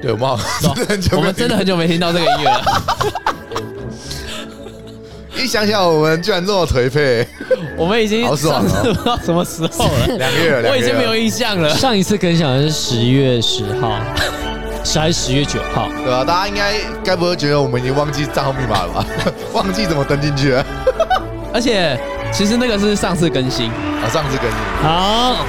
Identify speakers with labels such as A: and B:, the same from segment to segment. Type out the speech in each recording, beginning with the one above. A: 对，我们好
B: 我们
A: 像 真的很久没
B: 真的很久没听到这个音乐 了。
A: 一想想，我们居然这么颓废，
B: 我们已经
A: 好爽哦
B: 上次不知道什么时候了，
A: 两个月了，两
B: 我
A: 个
B: 已
A: 月
B: 经没有
A: 了，
B: 印象了。
C: 上一次跟小是十月十号，是还是十月九号？
A: 对啊，大家应该该不会觉得我们已经忘记账号密码了吧？ 忘记怎么登进去了？
B: 而且其实那个是上次更新，
A: 啊，上次更新，
C: 好，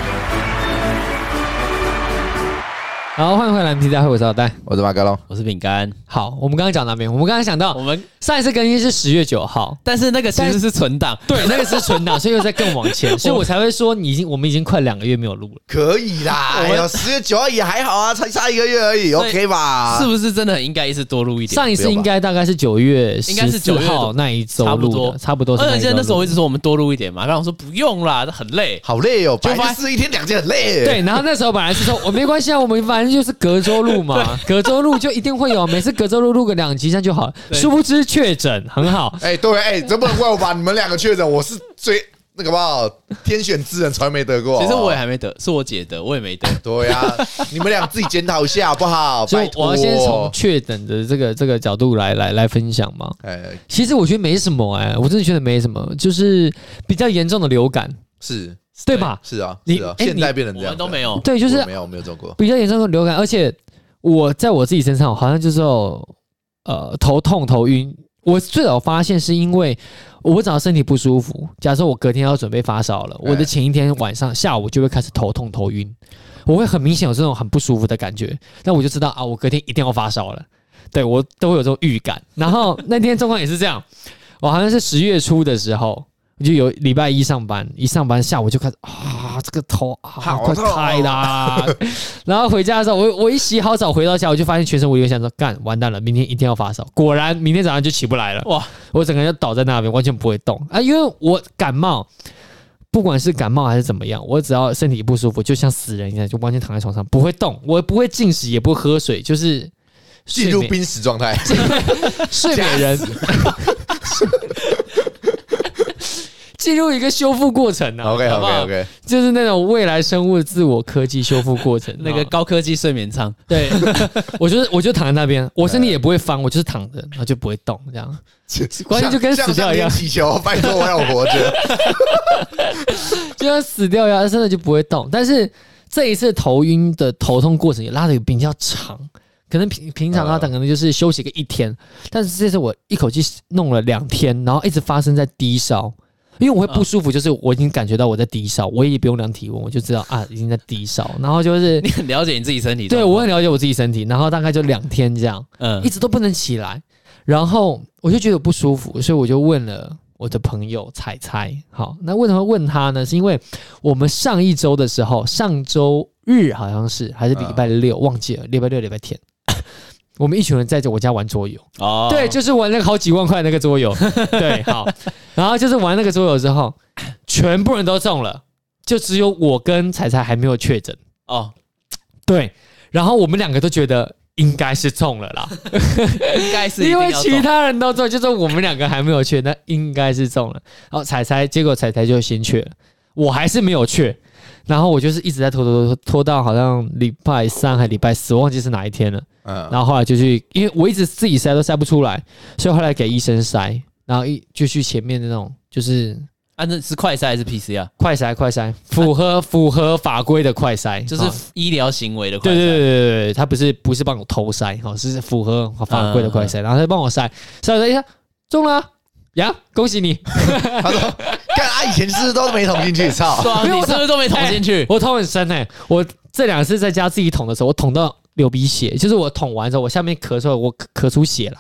C: 然后欢迎回来蓝皮大会，我是老戴。
A: 我是马格龙，
B: 我是饼干。
C: 好，我们刚刚讲哪边？我们刚刚讲
B: 我
C: 到
B: 们
C: 上一次更新是十月九号，
B: 但是那个其实是存档，
C: 对，那个是存 档，所以又在更往前，所以我才会说你已经我们已经快两个月没有录了。
A: 可以啦，
B: 我
A: 哎
B: 们
A: 呦，十月九号也还好啊，才差一个月而已
B: 所以
A: ，OK 吧？
B: 是不是真的很应该一直多录一点？
C: 上一次应该大概是九月
B: 应该是
C: 九
B: 9月
C: 号那一周
B: 差不
C: 录
B: 多
C: 的，差不多是一周录的。
B: 而且那时候我一直说我们多录一点嘛，然后我说不用啦，很累。
A: 好累哦，
B: 就
A: 白
B: 发
A: 日是一天两件很累，
C: 对，然后那时候本来是说，我没关系啊，我们反正就是隔周 录嘛，隔周录就一定会有，每次隔周录录个两集这样就好了。
B: 对
C: 殊不知确诊很好，
A: 哎、对，哎、这不能怪我吧？你们两个确诊，我是最那个吧，天选之人，从来没得过。
B: 其实我也
A: 好啊
B: 还没得，是我姐得，我也没得。
A: 不好对呀、你们俩自己检讨一下好不 好？
C: 所
A: 拜
C: 以
A: 托，
C: 我要先从确诊的这个这个角度来来来分享嘛。
A: 哎、
C: 其实我觉得没什么哎、我真的觉得没什么，就是比较严重的流感，
A: 是
C: 对吧？
A: 是啊，
C: 你
A: 是啊，
C: 哎
A: 现在
C: 你
A: 变成
B: 我
A: 这样
B: 们
A: 子，
B: 都没 有，
C: 对，就是
A: 我没有没有中过，
C: 比较严重的流感，而且我在我自己身上好像就是有呃头痛、头晕。我最早发现是因为我只要身体不舒服，假设我隔天要准备发烧了，
A: 哎
C: 我的前一天晚上下午就会开始头痛、头晕，我会很明显有这种很不舒服的感觉，那我就知道啊，我隔天一定要发烧了。对我都会有这种预感。然后那天状况也是这样，我好像是十月初的时候，我就有礼拜一上班，一上班下午就开始啊，这个头啊
A: 好
C: 快
A: 痛哦
C: 开 啦。然后回家的时候，我我一洗好澡回到家，我就发现全身无力，我想说干完蛋了，明天一定要发烧。果然明天早上就起不来了，
B: 哇！
C: 我整个人就倒在那边，完全不会动啊，因为我感冒。不管是感冒还是怎么样，我只要身体不舒服，就像死人一样，就完全躺在床上不会动，我不会进食，也不会喝水，就是
A: 进
C: 睡
A: 入
C: 眠
A: 濒死状态，
C: 睡美人， 进入一个修复过程呢、啊。
A: OK
C: 好不
A: OK
C: 好
A: OK，
C: 就是那种未来生物的自我科技修复过程。
B: 那个
C: 啊
B: 高科技睡眠舱，
C: 对， 我就是我就躺在那边，我身体也不会翻，我就是躺着，然后就不会动这样。关键就跟
A: 像
C: 死掉一样
A: 像像踢球，拜托我让我活着，
C: 就像死掉一样，真的就不会动。但是这一次头晕的头痛过程也拉的比较长，可能平平常啊，
A: 呃
C: 可能就是休息个一天，但是这次我一口气弄了两天，然后一直发生在低烧。因为我会不舒服，就是我已经感觉到我在低烧，我也不用量体温，我就知道啊已经在低烧。然后就是
B: 你很了解你自己身体状
C: 对
B: 况。
C: 我很了解我自己身体，然后大概就两天这样，
B: 嗯
C: 一直都不能起来，然后我就觉得不舒服，所以我就问了我的朋友彩彩。好，那为什么问他呢？是因为我们上一周的时候，上周日好像是还是礼拜六，忘记了，礼拜六、礼拜天。 我们一群人在我家玩桌游，
B: 哦
C: 对，就是玩那个好几万块那个桌游，对，好，然后就是玩那个桌游之后，全部人都中了，就只有我跟彩彩还没有确诊，
B: 哦，
C: 对，然后我们两个都觉得应该是中了啦，
B: 应该是一定
C: 因为
B: 要
C: 其
B: 中
C: 他人都中，就是我们两个还没有去，那应该是中了。然后彩彩，结果彩彩就先去了，我还是没有去。然后我就是一直在拖拖拖拖到好像礼拜三还礼拜四，我忘记是哪一天了。
A: 嗯，
C: 然后后来就去，因为我一直自己筛都筛不出来，所以后来给医生筛，然后一就去前面那种就是
B: 啊，那是快筛还是 PCR？
C: 快筛快筛，符合符合法规的快筛，
B: 就是
C: 啊
B: 医疗行为的快
C: 对
B: 筛。
C: 对对对对对，他不是不是帮我偷筛，哦，是符合法规的快筛，然后他就帮我筛，筛了一下哎中了啊呀，恭喜你！
A: 他说，看他以前是不是都没捅进去， 操，
B: 对啊，
C: 没有
B: 你是不是都没捅进去？
C: 我捅很深哎、我这两次在家自己捅的时候，我捅到流鼻血，就是我捅完之后，我下面咳出来，我咳咳出血来，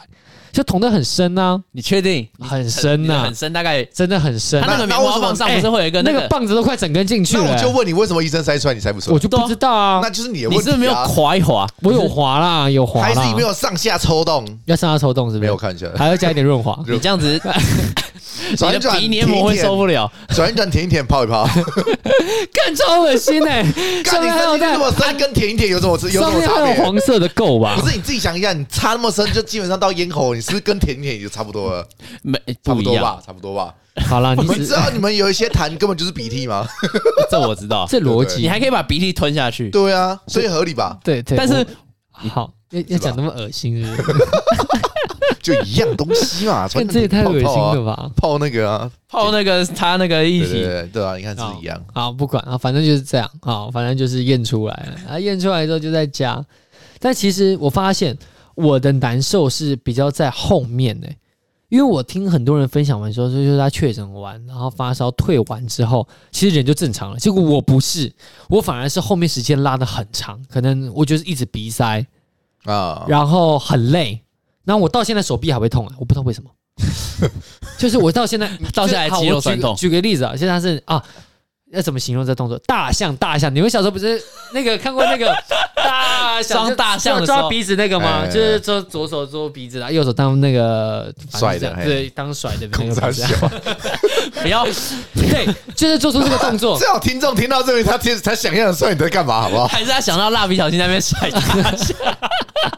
C: 就捅得很深呐、
B: 你确定？
C: 很深呐、
B: 很深，大概
C: 真的很深啊哎
B: 他。那个棉花棒上不是会有一个
C: 那
B: 那
C: 个
B: 个？
C: 棒子都快整根进去
A: 那
C: 了、
A: 我就问你，为什么医生筛出来你筛不出来？
C: 我就不知道啊
A: 那，就是你的
B: 你
A: 问
B: 是不
A: 题、啊，
B: 是没有划一划？
C: 我有滑啦，有滑
A: 还是
C: 啦
A: 你没，有上下抽动？啊
C: 要上下抽动是不是？
A: 没有看一下，
C: 还要加一点润滑。
B: 你这样 子，你
A: 转
B: 的
A: 转
B: 鼻黏膜会受不了。
A: 转一转，舔一舔，泡一 泡。
C: 干超恶心 哎、
A: 干
C: 上
A: 你
C: 面还有
A: 身体
C: 在
A: 这么深，跟舔一舔有什么有什
C: 上
A: 么
C: 面
A: 差
C: 还有
A: 别？
C: 黄色的垢吧
A: 不？是你自己想一下，你插那么深，就基本上到咽喉，你是不是跟舔一舔也就差不多了？
B: 没
A: 差
B: 不
A: 不
B: 一
A: 多
B: 样，
A: 吧，差不多吧。
C: 好啦，
A: 你
C: 你
A: 们知
C: 只
A: 道你们有一些痰根本就是鼻涕 吗？
B: 这我知道。
C: 这逻辑
B: 你还可以把鼻涕吞下去，
A: 对啊，所以合理吧？
C: 对对，
B: 但是
C: 好，要要讲那么恶心 是不是？
A: 就一样东西嘛，
C: 看
A: 穿
C: 这也太恶心了
A: 吧？
C: 吧！
A: 啊泡那个啊，
B: 泡那个他那个一
A: 对对
B: 体，
A: 对对啊，你看是不是一样。
C: 啊，不管啊，反正就是这样啊，反正就是验出来了啊，验出来之后就在家。但其实我发现我的难受是比较在后面呢、欸因为我听很多人分享完说，就是他确诊完，然后发烧退完之后，其实人就正常了。结果我不是，我反而是后面时间拉的很长，可能我就是一直鼻塞，
A: 啊，
C: 然后很累。然后我到现在手臂还会痛、啊，我不知道为什么。就是我到现在
B: 到现在
C: 就是好
B: 肌肉
C: 我举
B: 酸痛
C: 举个例子啊，现在是啊，要怎么形容这动作？大象，大象，你们小时候不是那个看过那个大象
B: 装大象的时候
C: 抓鼻子那个吗？
A: 哎
C: 就是说左手做鼻子，然啊后右手当那个
A: 甩的
C: 反正是这样
A: 嘿
C: 对，当甩的那
A: 空
C: 个
A: 山
C: 鼻子
A: 小
C: 啊。，
B: 不要
C: 对，就是做出这个动作。
A: 最好听众听到这里，他其实才想象出来你在干嘛，好不好？
B: 还是他想到蜡笔小新在那边甩大象，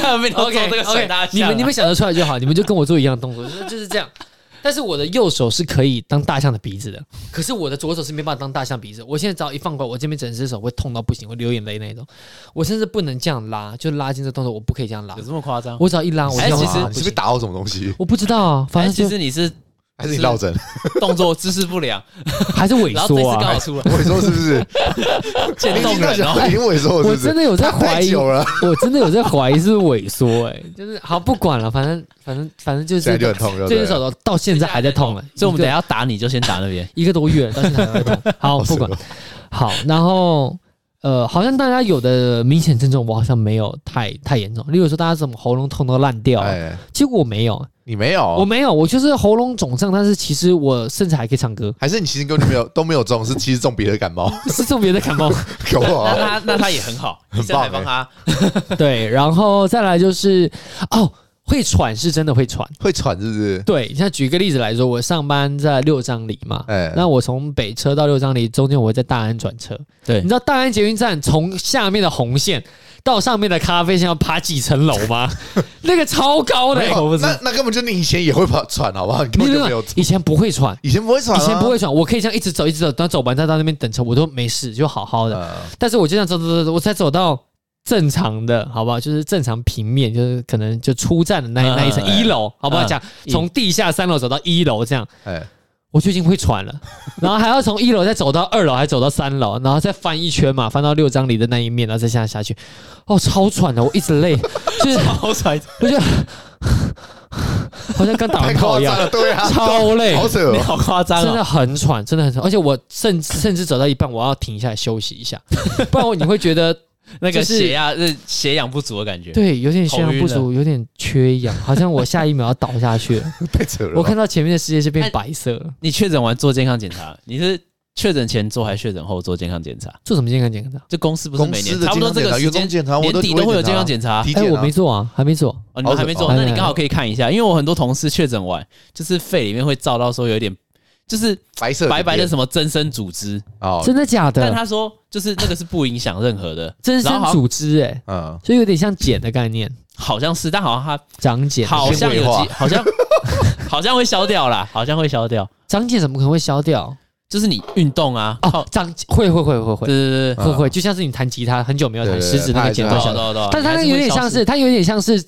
B: 他们都做
C: OK
B: 这个甩
C: OK，
B: 大象啊，
C: 你们你们想得出来就好，你们就跟我做一样的动作，就是就是这样。但是我的右手是可以当大象的鼻子的，可是我的左手是没办法当大象鼻子的。我现在只要一放过来，我这边整只手会痛到不行，会流眼泪那种。我甚至不能这样拉，就拉筋这动作我不可以这样拉
B: 有。这么夸张？
C: 我只要一拉，我
B: 哎
C: 就
B: 其实
A: 哇你是不是打到什么东西？
C: 我不知道啊，反
B: 哎，
C: 正
B: 其
C: 就是
B: 实你是
A: 还是你落枕？
B: 动作姿势不良，
C: 还是萎
B: 然后这次
C: 缩
B: 刚
C: 啊
B: 好。 出来，
A: 萎缩是不 是？
B: 渐
A: 你
B: 冻
A: 听到
B: 人
A: 小
B: 哦。
A: 孩已经萎缩了，
C: 我
A: 是不
C: 真
A: 是？
C: 的有在
A: 他
C: 怀
A: 太
C: 疑，
A: 久了，
C: 我真的有在怀疑是不是萎缩，哎，就是好不管了，反正反正反正就
A: 现在
C: 是
A: 就很痛，对
C: 这只
A: 不对
C: 手到到现在还在痛了，
B: 所以我们等
C: 一，
B: 一下打你就先打那边
C: 一个多月了，到现在还在 痛。好，不管。好，然后呃，好像大家有的呃明显症状，我好像没有太太严重。例如说，大家怎么喉咙痛到烂掉啊，
A: 哎，哦
C: 结果我没有，
A: 你没有，
C: 我没有，我就是喉咙肿胀，但是其实我甚至还可以唱歌，
A: 还是你其实根本就没有都没有中，是其实中别的感冒，
C: 是特别的感冒。
A: 有
B: 那
A: 啊，
B: 他那他也很好， 医生还帮他，
C: 对，然后再来就是哦，会喘是真的会喘。
A: 会喘是不是？
C: 对，像举个例子来说，我上班在六张里嘛，
A: 哎，
C: 那我从北车到六张里中间，我会在大安转车。
B: 对
C: 你知道大安捷运站从下面的红线到上面的咖啡线要爬几层楼 吗？那个超高的、欸
A: 没有，那那根本就你以前也会跑喘，好不好？你根
C: 你
A: 本
C: 没
A: 就没有
C: 有，，以前不会喘，
A: 以前不会喘
C: 以
A: 啊，
C: 前不会喘，我可以这样一直走，一直走，等到走完再到那边等车，我都没事，就好好的。
A: 嗯。
C: 但是我就这样走走走走，我才走到。正常的，好不好？就是正常平面，就是可能就出站的那
B: 嗯
C: 那一层
B: 嗯
C: 一楼，好不好？
B: 嗯
C: 讲从地下三楼走到一楼这样，
A: 哎，
C: 我就已经会 喘了，然后还要从一楼再走到二楼，还走到三楼，然后再翻一圈嘛，翻到六张里的那一面，然后再下下去。哦，超喘的，我一直 累，就是
B: 好帅，
C: 我觉得好像刚打
A: 太
C: 完炮
A: 夸
C: 一样
A: 张，了，对啊，
C: 超累，
A: 好扯
B: 你
A: 哦，
B: 好夸张
C: 真
B: 哦！
C: 的很喘，真的很喘。而且我甚甚至走到一半，我要停下来休息一 下，不然我你会觉得
B: 那
C: 就
B: 个
C: 是
B: 血压是血氧不足的感觉，
C: 对有点血
B: 头
C: 氧
B: 晕
C: 不
A: 啊
C: 足，有点缺氧，好像我下一秒要倒下 去了。
A: 太扯了。
C: 我看到前面的世界是变白色
A: 啊
C: 了。
B: 你确诊完做健康检查，你是确诊前做还是确诊后做健康检查？
C: 做什么健康检查？
B: 这公司不是
A: 公
B: 每
A: 司
B: 年
A: 的
B: 差不多
A: 健康
B: 这
A: 检
B: 个
A: 查，
B: 时
A: 员工
B: 间
A: 检查，我
B: 年
A: 都
B: 底都会有健康检查
A: 体
C: 哎、
A: 检啊
C: 我没做啊，还没做。
B: 哦，你们还没做，
A: 哦
B: 那你刚好可以看一下，因为我很多同事确诊完，就是肺里面会照到说有点就是
A: 白色
B: 白白的
A: 点
B: 什么增生组织，
A: 哦，
C: 真的假的？
B: 但他说就是那个是不影响任何的
C: 增
B: 然
C: 生
B: 后好
C: 组织、哎，
A: 嗯，
C: 所以有点像茧的概念，
B: 好像是，但好像他
C: 长茧。
B: 好像有
A: 纤维化
B: 机，好 像好像会消掉啦，好像会消掉，
C: 长茧怎么可能会消掉？
B: 就是你运动啊，
C: 哦，长会会会会
B: 对对
C: 会
B: 对对，
C: 会会，就像是你弹吉他很久没有弹，
A: 对对
C: 食
A: 对
C: 指那个茧
A: 它
C: 会
A: 还
C: 消
A: 是
C: 掉。
B: 对对，
C: 但是它那个有点像是，它有点像是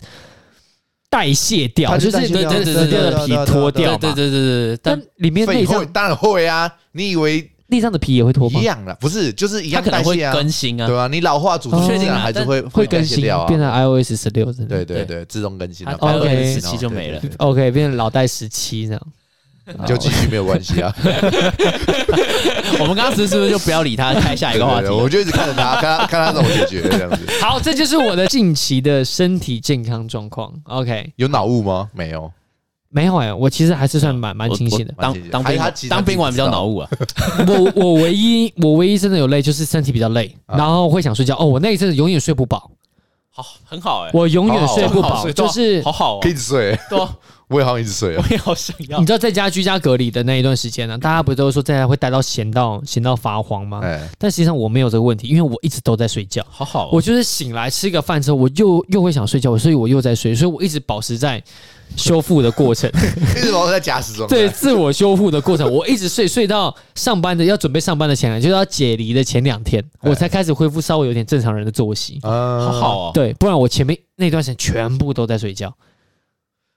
C: 代谢掉，
A: 它
C: 就
A: 就是代谢掉
C: 对
B: 对
C: 对
B: 对
C: 对的
A: 对对
C: 皮脱
A: 对
B: 对
C: 掉
B: 对对
C: 嘛。
B: 对对对，但
C: 但里面内
A: 肺会
C: 脏
A: 当然会啊，你以为
C: 内脏的皮也会脱吗
A: 一？样啦？不是，就是一
B: 它
A: 样
B: 可
A: 代
B: 能会
A: 谢啊，
B: 更新啊，
A: 对啊，你老化组织
C: 不确定啊
A: 还是
B: 但
A: 会
C: 会
A: 代
C: 更
A: 谢
C: 新，
A: 掉啊，
C: 变成 iOS 十六，真
A: 对。
C: 的
A: 对对，自动更新
B: 它
A: 啊，
C: 它
A: 百分之
C: 哦 OK
A: 17%
B: 就没了
A: 对对对
C: OK，变成老代十七这样。
A: 你就继续没有关系啊。
B: 我们刚刚是不是就不要理他，开下一个话题
A: 对对对？我就一直看着他，看他看他怎么解决这样子。
C: 好，这就是我的近期的身体健康状况。OK，
A: 有脑雾吗？没有，
C: 没有哎、我其实还是算蛮蛮清醒的。
A: 蛮
B: 当
A: 清醒的
B: 当
A: 还
B: 兵
A: 是他
B: 完
A: 其实他
B: 当兵完比较
A: 自己知道
B: 脑雾啊，
C: 我我唯一我唯一真的有累，就是身体比较累，
A: 啊
C: 然后会想睡觉。哦，我那一阵子永远睡不饱，
B: 好很好哎，
C: 我永远睡不
B: 好好
C: 饱，
B: 睡
C: 就是
B: 好好哦
A: 可以，一直睡。
B: 对啊，
A: 我也好像一直睡啊。
B: 我也好想要
C: 你。知道在家居家隔离的那一段时间呢、大家不是都说在家会待到闲到闲到发慌吗？
A: 哎，
C: 但实际上我没有这个问题，因为我一直都在睡觉。
B: 好好哦、
C: 我就是醒来吃个饭之后，我又又会想睡觉，所以我又在睡，所以我一直保持在修复的过程，
A: 一直把我在假死状态。
C: 对自我修复的过程，我一直睡睡到上班的要准备上班的前两，就是要解离的前两天，
A: 哎
C: 我才开始恢复稍微有点正常人的作息。
A: 啊
B: 好好哦，
C: 对，不然我前面那段时间全部都在睡觉，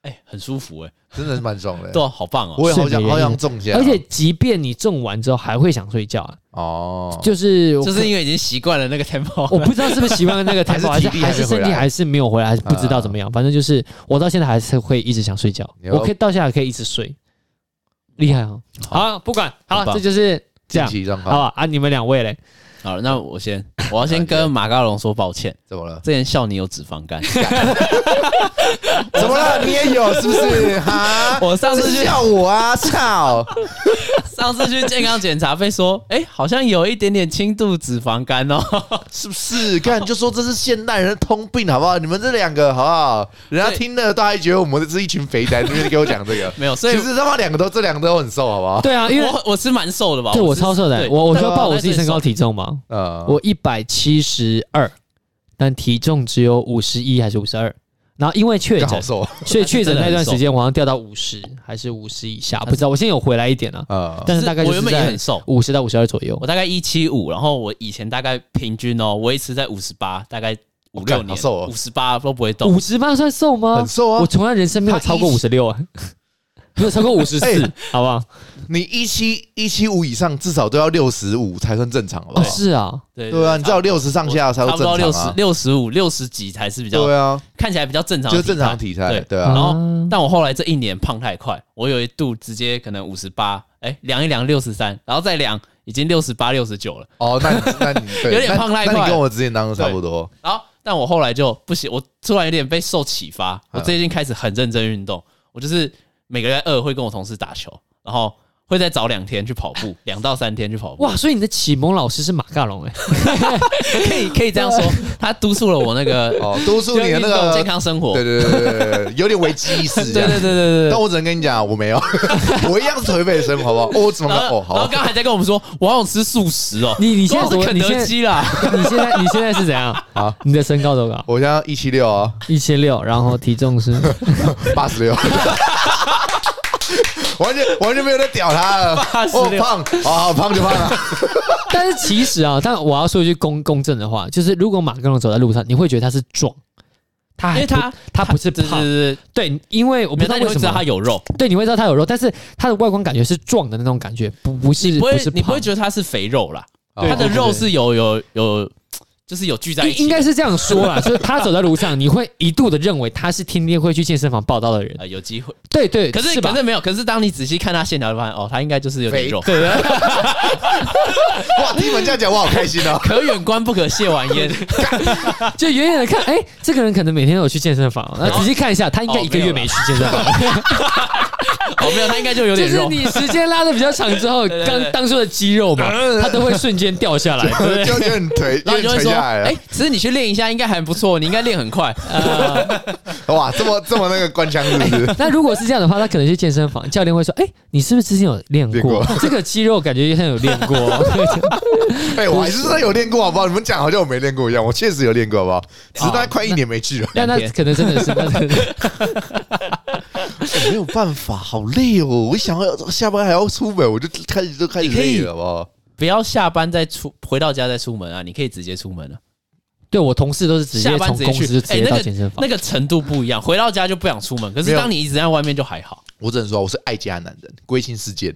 B: 哎、很舒服哎、
A: 真的是蛮爽的。
B: 对、啊，好棒哦。
A: 我也好想
C: 睡眠
A: 好想中啊奖，
C: 而且即便你种完之后还会想睡觉啊，
A: 哦，
C: 就是我
B: 就是因为已经习惯了那个 tempo，啊
C: 我不知道是不是习惯那个 tempo，
A: 还
C: 还
A: 是
C: 是
A: 体力还没
C: 还是
A: 回来啊
C: 身体还是没有回来，还是不知道怎么样。反正就是我到现在还是会一直想睡觉，
A: 有
C: 我可以到现在可以一直睡，厉害哦！
B: 好
C: 好，不管好
B: 很，棒
C: 这就是这
A: 近
C: 样，
A: 期状
C: 好
A: 况
C: 吧？啊，你们两位嘞，
B: 好了，那我先，我要先跟马高龙说抱歉，
A: 怎么了？
B: 之前笑你有脂肪肝，
A: 怎么了？你也有是不是？哈，
B: 我上次
A: 是
B: 去
A: 笑我啊！操，
B: 上次去健康检查被说，哎、好像有一点点轻度脂肪肝哦。
A: 是不是？看就说这是现代人的通病，好不好？你们这两个好不好？人家
B: 对。
A: 听了都还觉得我们是一群肥宅，你们给我讲这个
B: 没有，所以
A: 其实他妈两个都，这两个都很瘦，好不好？
C: 对啊，因为
B: 我我是蛮瘦的吧？
C: 对我
B: 是
C: 超瘦的，
B: 对
C: 我我需要
A: 对啊
C: 报我自己身高体重吗？
A: 呃，
C: 我一百七十二，但体重只有五十一还是五十二？然后因为确
A: 刚
C: 诊
A: 好，瘦，
C: 所以确诊
B: 真的
C: 那
B: 很
C: 段
B: 瘦
C: 时间我好像掉到五十还是五十以下，不知道。我现在有回来一点了，
A: 呃，
C: 但是大概
B: 哦
C: 就
B: 我原
C: 是
B: 本也
C: 在
B: 很瘦，
C: 五十到五十二左右。
B: 我大概一七五，然后我以前大概平均哦维持在五十八，大概五
A: 干
B: 六年
A: 好瘦哦
B: 五十八都不会动
C: 五。十八算瘦吗
A: 很？瘦啊
C: 我。从来人生没有超过
A: 他一
C: 五十六啊，没有超过五十四
A: 哎，
C: 好不好？
A: 你一七一七五以上，至少都要六十五才算正常，好不
C: 哦，
A: 好？
C: 是啊，
B: 对
A: 对啊，你只有六十上下才
B: 差
A: 会
B: 不多
A: 正
B: 六
A: 常
B: 十
A: 啊。
B: 六十五六十几才是比较
A: 对啊，
B: 看起来比较正常，
A: 就是正常。体态，
B: 对嗯
A: 对
C: 然
A: 啊。
B: 后
C: 后
B: 但我后来这一年胖太快，我有一度直接可能五十八，哎，量一量六十三，然后再量已经六十八六十九了。
A: 哦，那你那你对
B: 有点
A: 那
B: 胖太
A: 那
B: 快
A: 你跟我之前当的差不多。
B: 然后，但我后来就不行，我突然有点被受启发，我
A: 嗯
B: 最近开始很认真运动，我就是每个月二会跟我同事打球，然后会再找两天去跑 步，两到三天去跑步。
C: 哇，所以你的启蒙老师是马卡龙哎，
B: 可以可以这样说，他督促了我那个
A: 哦，督促你的那
B: 运动
A: 个
B: 健康生活。
A: 对对对对对对，有点危机意 识。
B: 对对对。对对
A: 但
B: 对。
A: 我只能跟你讲，我没有， 我一样是颓废的生活，好不好？哦我怎么
B: 然
A: 办？
B: 后
A: 哦，，
B: 然后
A: 好，
B: 刚才在跟我们说，我好想吃素食哦。
C: 你你现在
B: 跟我是
C: 多
B: 肯
C: 你现
B: 德
C: 在
B: 基啦，
C: 你现在你现在是怎样？
A: 好，
C: 你的身高多高？
A: 我现在一七六啊，
C: 一千六，然后体重是
A: 八十 六。完全完全没有在屌他了，哦
B: 86
A: 胖啊，好胖就胖了，
C: 但是其实啊，但我要说一句公公正的话，就是如果马克龙走在路上，你会觉得他是壮，他
B: 因
C: 还
B: 为
C: 不
B: 他
C: 他不是
B: 对对
C: 胖，
B: 对对，
C: 对，因为我
B: 我
C: 不知道
B: 但你
C: 为
B: 会
C: 什
B: 知道
C: 么
B: 他，有肉，
C: 对，你会知道他有肉，但是他的外观感觉是壮的那种感觉，不不是
B: 不会
C: 是
B: 你不会
C: 胖，
B: 觉得他是肥肉啦，
C: 对
A: 哦
B: 他的
C: 对对
B: 肉
C: 对
B: 是有有有，就是有聚在一
C: 应
B: 起
C: 应
B: 的。
C: 该是这样说啦，就是他走在路上，你会一度的认为他是天天会去健身房报道的人，
B: 呃，有机会。
C: 对对，
B: 可是
C: 是吧
B: 可是没有，可是当你仔细看他线条，发现哦，他应该就是有点
A: 肥
B: 肉。
C: 对对对
A: 哇！听你们这样讲，我好开心 哦。
B: 可远观不可亵玩 焉，
C: 就远远的看，哎，这个人可能每天都有去健身 房，那仔细看一下，他应该
B: 哦
C: 一个
B: 没有
C: 月
B: 啦
C: 没去健身房，
B: 哦，没有，他应该就有
C: 就
B: 点
C: 是
B: 肉。
C: 你时间拉的比较长之后，
B: 对对
C: 刚
B: 对
C: 当初的肌肉嘛，它都会瞬间掉下来，对不对？
A: 就有点颓，
B: 然后
A: 有
B: 你就
A: 点
B: 会
A: 垂
B: 说，
A: 下来
B: 哎
A: 了。，
B: 其实你去练一下应该还不错，你应该练很快。呃哎
A: 哇，这么这么那个官腔是不是？
C: 那如果是这样的话，他可能去健身房，教练会说：“哎、你是不是之前有练
A: 练
C: 过
A: 过？
C: 这个肌肉感觉像有练 过。
A: 哎，我还是真的有练过，好不好？你们讲好像我没练过一样，我确实有练过，好
B: 啊
A: 不好？只是大概快一年没去了”，
C: 但 那可能真的是，那真的是
A: 哎没有办法，好累哦！我一想要下班还要出门，我就开始就开始
B: 你可以
A: 累了，好不好？
B: 不要下班再出，回到家再出门啊！你可以直接出门了，
C: 对我同事都是直接
B: 下班
C: 从
B: 直
C: 公
B: 接去
C: 司就直
B: 哎
C: 接
B: 那
C: 到
B: 个
C: 健身房。
B: 那个程度不一样。回到家就不想出门，可
A: 没
B: 是
A: 有
B: 当你一直在外面就还好。
A: 我只能说我是爱家男人，归心似箭。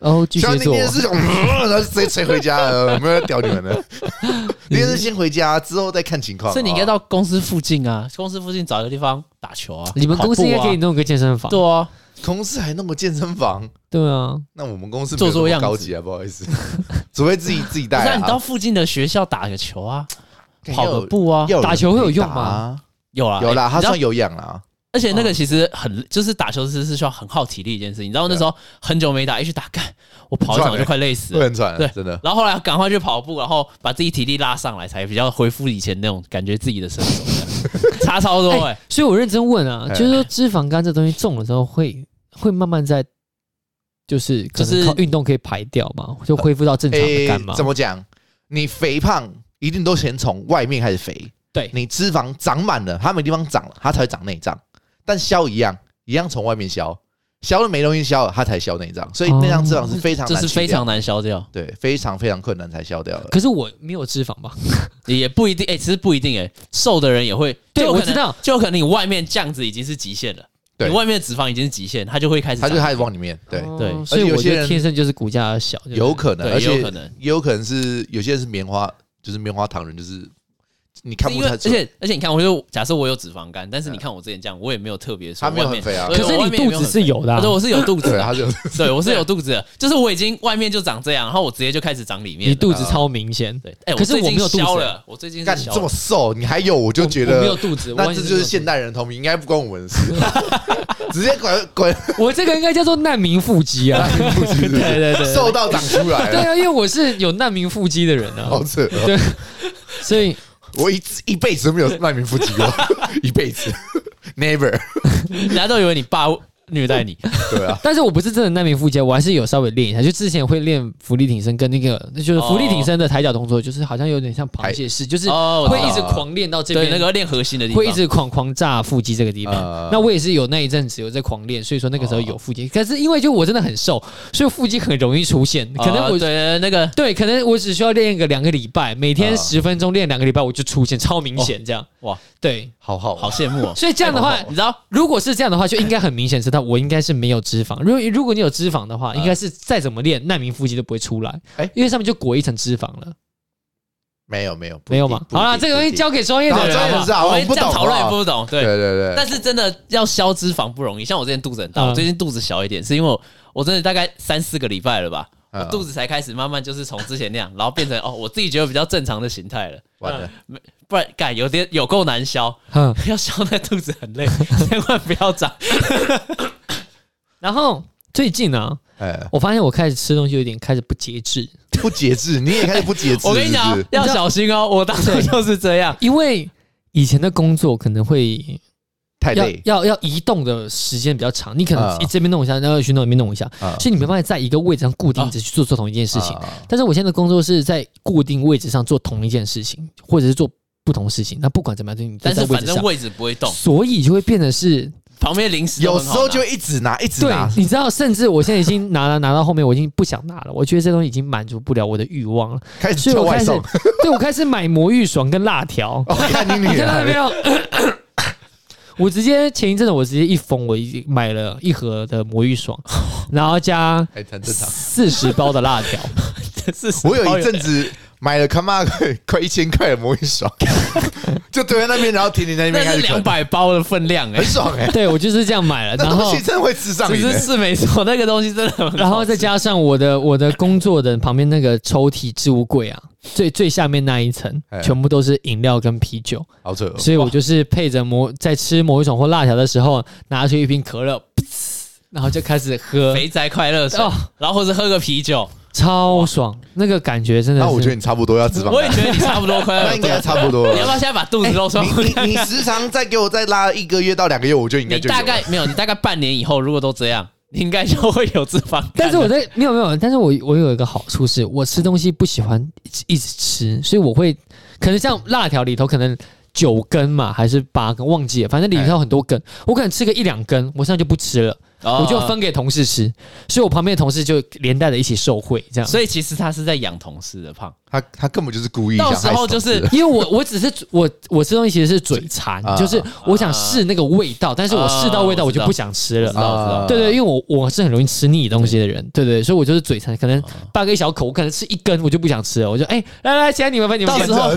C: 哦，巨
A: 虽
C: 蟹
A: 然那
C: 座
A: 天是想，嗯然后直接吹回家 了，我没有在屌你们了。 那天是先回家，之后再看情况。
B: 所以你应该
A: 好
B: 到公司附近啊，公司附近找一个地方打球啊。
C: 你们公司应该给你
B: 跑
C: 弄个健身房
B: 步啊。。对啊，
A: 不好公司还弄个健身房，
C: 对啊，
A: 那我们公司没
B: 做
A: 有这
B: 做
A: 么
B: 样子
A: 高级啊，不好意思， 除非自己自己
B: 不
A: 带
B: 是啊你到
A: 啊。
B: 附近的学校打个球啊，
A: 干
B: 跑个步啊，
A: 要有人
C: 打球会有用
A: 打
C: 吗
A: 啊？
B: 有啦
A: 有啦，
B: 哎
A: 他
B: 你知道
A: 算有氧啦。
B: 而且那
A: 嗯
B: 个其实很，就是打球是是需要很耗体力一件事情。你知道那
A: 啊
B: 时候很久没打，一去打，干我跑一
A: 很
B: 场
A: 爽
B: 就快累死
A: 会
B: 了。
A: 很喘
B: 啊
A: 啊
B: 对，
A: 真的。
B: 然后后来赶快去跑步，然后把自己体力拉上来，才比较恢复以前那种感觉自己的身手。 差超多哎、
C: 所以我认真问啊，就是说脂肪肝这东西重了之后会会慢慢在，就是可
B: 就
C: 能
B: 是呃哎
C: 靠运动可以排掉嘛，就恢复到正常的
A: 诶
C: 肝嘛。
A: 怎么讲？你肥胖一定都先从外面开始肥，
C: 对
A: 你脂肪长满了，它没地方长了，它才会长内脏。但消一样，一样从外面消，消了没东西消了，它才消内脏。所以内脏脂肪是非常
B: 哦这
A: 难
B: 是
A: 去
B: 非
A: 掉
B: 常难消掉，
A: 对，非常非常困难才消掉的。
C: 可是我没有脂肪吧？
B: 也不一定哎、其实不一定哎、瘦的人也会，
C: 对
B: 就有可
C: 我
B: 能
C: 知道，
B: 就有可能你外面这样子已经是极限了，
A: 对
B: 你外面的脂肪已经是极限，它就会开始
A: 它
B: 长，
A: 就开始往里面，对，
C: 哦
B: 对
C: 所
A: 而
C: 以
A: 且有
C: 我
A: 些
C: 觉得
A: 人
C: 天生就是骨架小，就是
A: 有可能，
B: 对
A: 而且
B: 有可能
A: 也有可能是有些人是棉花，就是棉花糖人，就是你看
B: 因
A: 不
B: 为而
A: 太出来，
B: 且而且你看，我就假设我有脂肪肝，但是你看我之前这样，我也没有特别说
A: 他啊没有
B: 外面
A: 很肥啊
B: 对
C: 可是
B: 我外
C: 你
B: 面也
C: 肚
B: 没有
C: 子
B: 很
C: 是有的啊、
B: 对，我是有肚子
A: 对，
B: 的，
A: 他 就
B: 对我是有肚子的，就是我已经外面就长这样，然后我直接就开始长里面了。
C: 你肚子超明显。
B: 对，哎，
C: 可是
B: 我最近
C: 我没有肚子啊
B: 消了，我最近
A: 干
B: 是
A: 你
B: 消
A: 这么
B: 了
A: 瘦，你还有，我就
C: 我
A: 觉
C: 我没
A: 得
C: 有肚子，我
A: 那
C: 完
A: 这
C: 全
A: 就是现
C: 没有
A: 代人的通病，应该不关我们的 事，直接滚滚
C: 肚子。我这个应该叫做难民腹 肌啊！
A: 不是
C: 对对对，
A: 瘦到长出来
C: 对
A: 了，
C: 啊，因为我是有难民腹肌的人啊
A: 好，扯哦！
C: 对所以
A: 我一一辈子都没有卖名腹肌过，哦 一辈子 never，
B: 人家都以为你爸虐 待你，
A: 对啊，
C: 但是我不是真的难民腹肌啊，我还是有稍微练一下。就之前会练浮力挺身跟那个，就是浮力挺身的抬脚动作，就是好像有点像螃蟹式，就是
B: 哦我知
C: 会
B: 道
C: 一直狂练到这
B: 对
C: 边
B: 那个练核心的地方，
C: 会一直狂狂炸腹肌这个地方。
A: 呃
C: 那我也是有那一阵子有在狂练，所以说那个时
B: 哦
C: 候有腹肌。可是因为就我真的很瘦，所以腹肌很容易出现。可能
B: 哦
C: 我、
B: 对那个
C: 对，可能我只需要练个两个礼拜，每天
A: 啊
C: 十分钟练两个礼拜，我就出现超明显这样。
B: 哇，
C: 对，
A: 好好
B: 好羡慕哦。
C: 所以这样的话
B: 哎你知道
C: 如果是这样的话，就应该很明显知道我应该是没有脂肪。如果如果你有脂肪的话，
B: 嗯
C: 应该是再怎么练，难民腹肌都不会出来，
A: 哎
C: 因为上面就裹一层脂肪了，
A: 没有没有不一定
C: 没有吗？
A: 不一定
C: 好啦，这个东西
A: 不一定
C: 交给专业
A: 好
C: 的
B: 对
A: 专
C: 人
A: 业
C: 好不
A: 人士
C: 好
A: 啊，
B: 我
A: 我
B: 们
A: 们不
B: 这样
A: 懂
B: 讨论也
A: 啊，
B: 不懂，
A: 对
B: 对。
A: 对对
B: 但，是真的要消脂肪不容易，像我之前肚子很大，
C: 嗯
B: 我最近肚子小一点，是因为我我真的大概三四个礼拜了吧，我
A: 嗯
B: 肚子才开始慢慢就是从之前那样，然后变成哦我自己觉得比较正常的形态了，
A: 完了，
B: 不然干有点有够难消，
C: 嗯，
B: 要消那肚子很 累，千万不要长。
C: 然后最近呢，
A: 哎，
C: 我发现我开始吃东西有点开始不节制，
A: 不节制，你也开始不节 制，
B: 我跟你
A: 是
C: 啊
B: 讲
A: 不是，
B: 要小心哦，我当初就是这样。
C: 因为以前的工作可能会
A: 太
C: 要
A: 累
C: 要要移动的时间比较长，你可能
A: 嗯
C: 这边弄一下，然后去那边弄一下，
A: 啊
C: 所以你没办法在一个位置上固定一直去做做同一件事情。
A: 啊
C: 但是我现在的工作是在固定位置上做同一件事情，或者是做不同事情。那不管怎么样，就是你都
B: 但
C: 在
B: 是
C: 位
B: 反
C: 置
B: 正
C: 上，
B: 位置不会动，
C: 所以就会变得是
B: 旁边零食都
A: 有
B: 很
A: 时
B: 好拿
A: 候就会一直拿，一直
C: 对
A: 拿，，
C: 你知道，甚至我现在已经拿了拿 到后面，我已经不想拿了。我觉得这东西已经满足不了我的欲望了，
A: 开
C: 所
A: 始
C: 以
A: 叫
C: 我
A: 外
C: 开 始
A: 送。 哦
C: 对我开始买魔芋爽跟辣条。
A: 我看你
C: 你
A: 女
C: 看到没
A: 儿，
C: 有？我直接前一阵子我直接一疯，我一买了一盒的魔 芋爽，然后加
A: 哎，很正常。
C: 四十包的辣条。
B: 是 是
A: 我有一阵子买了他妈快快一千块的魔芋爽， 就堆在那边，然后婷婷在那边
B: 那
A: 开
B: 是
A: 始啃
B: 两，百包的分量哎
A: 很，爽哎、
C: 对我就是这样买了，
A: 那
C: 然
A: 东
C: 后
A: 西真的会吃上
B: 只
A: 瘾、
B: 是
A: 欸。
B: 是没错，那个东西真的很好吃。
C: 然后再加上我的我的工作的旁边那个抽屉置物柜啊，最最下面那一层
A: 哎
C: 全部都是饮料跟啤酒，
A: 好扯、哦，
C: 所以我就是配着某在吃某一种或辣条的时候，拿出一瓶可乐，噗呲然后就开始喝，
B: 肥宅快乐水
C: 哦，
B: 然后或是喝个啤酒，
C: 超爽，那个感觉真的
A: 那
C: 是。
A: 我觉得你差不多要脂肪
B: 我也
A: 肝，
B: 觉得你差不多哎快
A: 那应
B: 乐。
A: 该差不多
B: 你要不要现
A: 了。
B: 在把肚子露出来？
A: 你你你时常再给我再拉一个月到两个月，我就应该
B: 你
A: 就有
B: 大
A: 了
B: 概没有，你大概半年以后如果都这样，你应该就会有脂肪肝了。
C: 但是我在没有没有，但是我我有一个好处是，我吃东西不喜欢一直一直吃，所以我会可能像辣条里头可能九根嘛，还是八根，忘记了，反正
B: 哎
C: 里头有很多根，我可能吃个一两根，我现在就不吃了，
B: 哦
C: 我就分给同事吃，所以我旁边的同事就连带的一起受贿，这样。
B: 所以其实他是在养同事的胖，
A: 他他根本就是故意想
B: 到
A: 害
B: 时
A: 死我。
B: 候就是
C: 因为我我只是我我吃东西其实是嘴馋，
A: 啊
C: 就是我想试那个味道，但是我试到味道
B: 啊
C: 我
B: 我知
C: 就
B: 道
C: 不想吃了
B: 知。道知道
C: 对对，因为我我是很容易吃腻东西的人，对对，所以我就是嘴馋，可能大个一小口，我可能吃一根我就不想吃了，我就哎、来来来，起来你们分你们
B: 到
C: 分
B: 时候，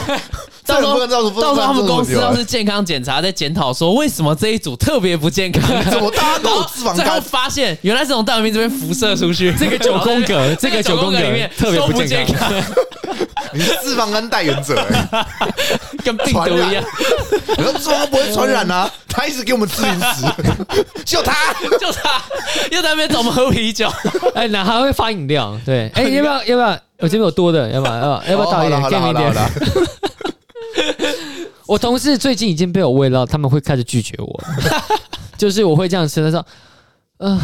B: 对
A: 这
B: 到时候
A: 人不能，到时候
B: 到时候他们公司要
A: 要
B: 是健康检查在检讨说为什么这一组特别不健康，
A: 怎么大家都有脂肪
B: 最后
A: 肝，
B: 发现原来是从大便这边辐射出去，
C: 这个九宫格，这个九宫格
B: 里面
C: 特别
B: 说
C: 不
B: 不
C: 健
B: 健
C: 康，
B: 康，
A: 你是脂肪肝代言者、欸，
B: 跟病毒一样，
A: 你说脂肪肝不会传染啊？他一直给我们吃零食，就他。
B: 就他又在那边找我们喝啤酒，
C: 哎，那还会发饮料，对，哎，要不要 要不要？我这边有多的，要不要要不要要不
A: 哦
C: 要
A: 好
C: 倒
A: 了
C: 一点，
A: 好
C: 给
A: 了
C: 你
A: 好
C: 一
A: 了好
C: 点？
A: 了，
C: 我同事最近已经被我喂到，他们会开始拒绝我，就是我会这样吃，他说，呃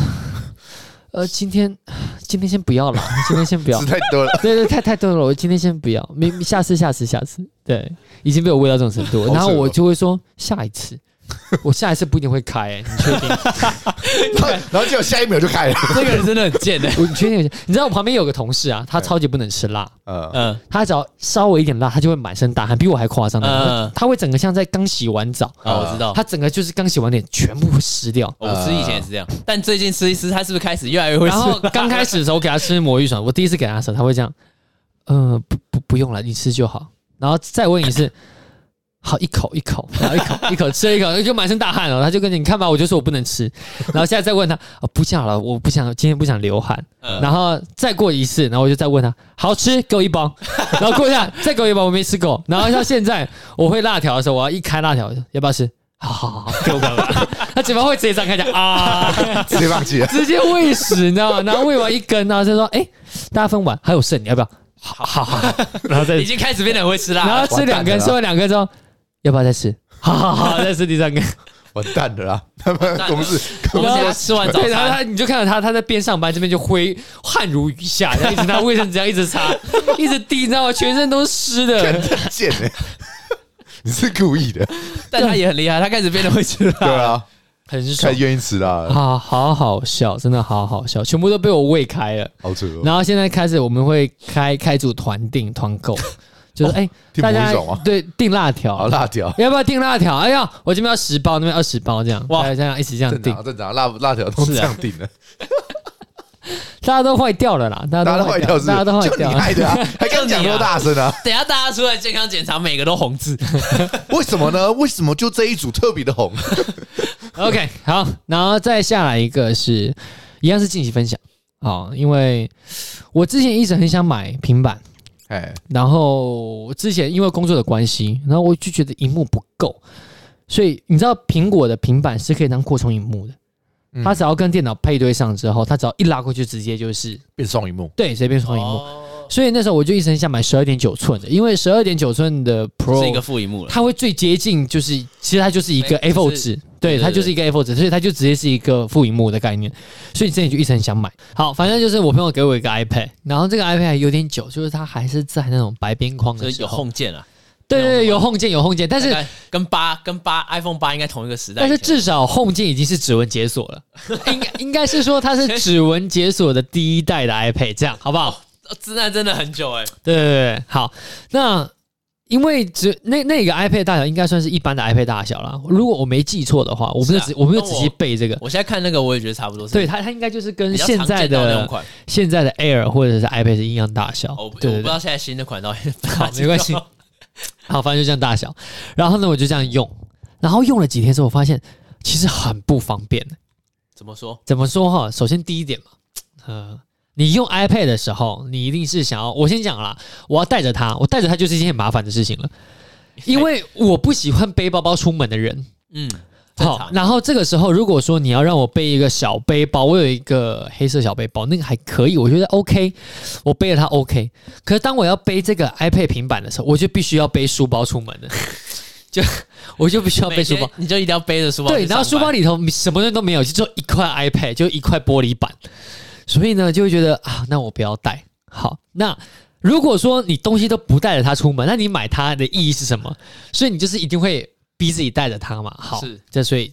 C: 呃，今天今天先不要了，今天先不要
A: 吃，太多 了，
C: 对对，太太多了，我今天先不要，明下次下次下次，对，已经被我喂到这种程度了，
A: 好
C: 然后
A: 扯哦
C: 我就会说下一次。我下一次不一定会开、欸，你确定？
A: 然后结果下一秒就开了。
B: 这个人真的很贱的。
C: 我你确定？你知道我旁边有个同事啊，他超级不能吃辣，
A: 呃，
B: 嗯
C: 他只要稍微一点辣，他就会满身大汗，比我还夸张呢
B: 嗯。
C: 他会整个像在刚洗完澡，
B: 啊，我知
A: 哦
B: 道，
C: 他整个就是刚洗完脸，全部湿掉。
B: 我吃以前也是这样，但最近吃一吃，他是不是开始越来越会
C: 呃然后
B: 吃？
C: 刚开始的时候给他吃魔芋爽，我第一次给他的时候，他会这样，嗯，不不不用了，你吃就好。然后再问一次，好一口一口，然后一口一口吃了一口，就满身大汗了。他就跟你你看吧，我就说我不能吃。然后现在再问他，哦，不想了，我不想，今天不想流汗。
B: 嗯
C: 然后再过一次，然后我就再问他，好吃，给我一包。然后过一下，再给我一包，我没吃够。然后到现在，我会辣条的时候，我要一开辣条，我就要不要吃？好好好，给我干嘛？ 他嘴巴会直接张开讲啊，
A: 直接放弃 了。
C: 直接喂食，你知道吗？然后喂完一根，然后就说：“哎、大家分完，还有剩，你要不要？”好好好，好然后再
B: 已经开始变得很会吃
C: 然
B: 辣
C: 后
B: 了。
C: 吃两根，吃完两根之后，要不要再吃？好好好，再吃第三根。
A: 完蛋了啦！他们
B: 蛋了
A: 同 事
B: 我们等一下吃完早
C: 对，然后
B: 餐，
C: 他你就看到他，他在边上班这边就挥汗如雨下，然后一直拿卫生纸这样一直擦，一直滴，你知道吗？全身都是湿的。
A: 很贱哎， 你是故意的，
B: 但他也很厉害，他开始变得会吃
A: 对
B: 辣。
A: 啊，
C: 很
A: 太
C: 爽
A: 愿意吃辣了，
C: 啊，好好笑，真的好好笑，全部都被我喂开了。
A: 好扯哦。
C: 然后现在开始我们会开开组团订团 购，就是哎、
A: 哦订
C: 大
A: 某一
C: 家
A: 种啊
C: 对订辣条，
A: 好辣条，
C: 要不要订辣条？哎呀，我这边要十包，那边二十包，这样哇，
B: 哇
C: 大家这样一起这样
A: 正
C: 订
A: 常，正常，辣辣条都
C: 是啊
A: 这样定的，
C: 大家都坏掉了啦，大
A: 大
C: 家
A: 家
C: 都
A: 都坏
C: 坏掉
A: 掉
C: 了，
A: 是，
C: 大家都坏
A: 就你
C: 掉了。
A: 害 的啊，还跟你讲多大声啊？
B: 等一下大家出来健康检查，每个都红字。
A: 为什么呢？为什么就这一组特别的 红？
C: OK，好，然后再下来一个是，一样是近期分享啊、哦因为我之前一直很想买平板，
A: 哎，
C: 然后我之前因为工作的关系，然后我就觉得荧幕不够，所以你知道苹果的平板是可以当扩充荧幕的，
A: 嗯
C: 它只要跟电脑配对上之后，它只要一拉过去，直接就是
A: 变双荧幕，
C: 对随便双荧幕。
B: 哦
C: 所以那时候我就一直很想买十二点九寸的，因为十二点九寸的
B: 是一个
C: Pro
B: 副荧幕了。
C: 它会最接近，就是其实它就是一个
B: 没就
C: Apple
B: 是
C: 纸，对，
B: 对对
C: 它就是一个 Apple 纸，所以它就直接是一个副荧幕的概念。所以之前就一直很想买。好，反正就是我朋友给我一个 iPad，然后这个 iPad 有点久，就是它还是在那种白边框
B: 所
C: 的
B: 以
C: 时
B: 有
C: 候，
B: 红键啊，
C: 对对对，有 Home 键有 Home 键，但
B: 但
C: 是
B: 跟八跟八 iPhone 八应该同一个时代
C: 但
B: 以前。
C: 是至少 Home 键已经是指纹解锁了，应该应该是说 它是指纹解锁的第一代的 iPad，这样好不好？
B: 哦真的真的很久哎，
C: 对对对，好，那因为只那那个 iPad 大小应该算是一般的 iPad 大小啦。如果我没记错的话，我不是
B: 是啊
C: 仔、我没有
B: 跟
C: 仔
B: 我
C: 细背这个。
B: 我现在看那个我也觉得差不多是。
C: 对它，它应该就是跟
B: 比较
C: 现
B: 常
C: 在
B: 见到那种
C: 的
B: 款，哦
C: 现在的 Air 或者是 iPad 是一样大小。
B: 我不我
C: 对
B: 不
C: 对
B: 知
C: 对，
B: 道现在新的款到底是
C: 好
B: 哪几
C: 没关系
B: 种
C: 好，反正就这样大小。然后呢，我就这样用，然后用了几天之后，我发现其实很不方便。
B: 怎么说？
C: 怎么说哈？首先第一点嘛，呃，你用 iPad 的时候，你一定是想要，我先讲啦，我要带着它，我带着它就是一件很麻烦的事情了，因为我不喜欢背包包出门的人。
B: 嗯，正
C: 好，
B: 常。
C: 然后这个时候，如果说你要让我背一个小背包，我有一个黑色小背包，那个还可以，我觉得 OK，我背了它 OK。可是当我要背这个 iPad 平板的时候，我就必须要背书包出门了， 就我就必须要背
B: 每
C: 书
B: 天
C: 包。
B: 你就一定要背着书包去
C: 对，
B: 上班。
C: 然后书包里头什么东西都没有，就只有一块 iPad，就一块玻璃板，所以呢，就会觉得啊，那我不要带。好，那如果说你东西都不带着它出门，那你买它的意义是什么？所以你就是一定会逼自己带着它嘛。好
B: 是，
C: 这所以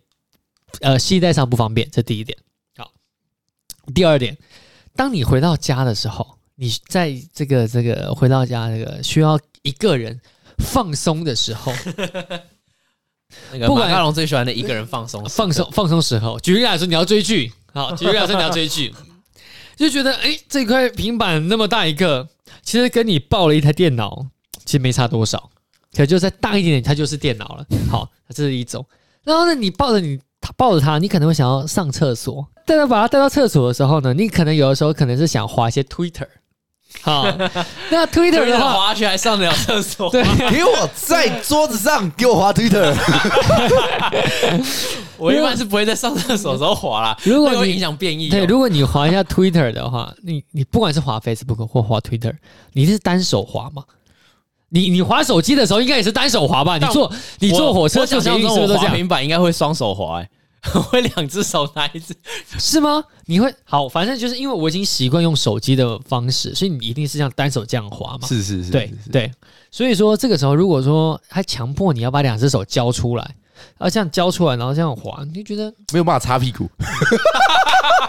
C: 呃，携带上不方便，这第一点。好，第二点，当你回到家的时候，你在这个这个回到家这个需要一个人放松的时候，
B: 那个
C: 不
B: 马
C: 管
B: 卡龙最喜欢的一个人放松时刻，
C: 哦放松放松时候。举例来说，你要追剧， 好，举例来说你要追剧，就觉得哎、诶这块平板那么大一个，其实跟你抱了一台电脑其实没差多少，可就再大一点点，它就是电脑了。好，这是一种。然后呢，你抱着你抱着它，你可能会想要上厕所，但是把它带到厕所的时候呢，你可能有的时候可能是想滑一些 Twitter。好， 那 Twitter
B: 对
C: 的
B: 的
C: 话，
B: 滑下去还上得了厕所。
C: 对，
A: 给我在桌子上给我滑 Twitter，
B: 我一般是不会在上厕所的时候滑啦，
C: 如果
B: 那个会
C: 你
B: 影响变异哦。
C: 对，如果你滑一下 Twitter 的话，你你不管是滑 Facebook 或滑 Twitter，你是单手滑嘛？你你滑手机的时候应该也是单手滑吧？你
B: 但
C: 坐你
B: 我
C: 坐火车
B: 我
C: 坐
B: 想象
C: 捷运是
B: 中我
C: 不是都这
B: 滑
C: 样？
B: 平板应该会双手滑、欸， 我会两只手拿一只。
C: 是吗？你会好，反正就是因为我已经习惯用手机的方式，所以你一定是这样单手这样滑嘛。
A: 是是是，
C: 对
A: 是是
C: 对，所以说这个时候如果说他强迫你要把两只手交出来，要这样交出来，然后这样滑，你就觉得
A: 没有办法擦屁股，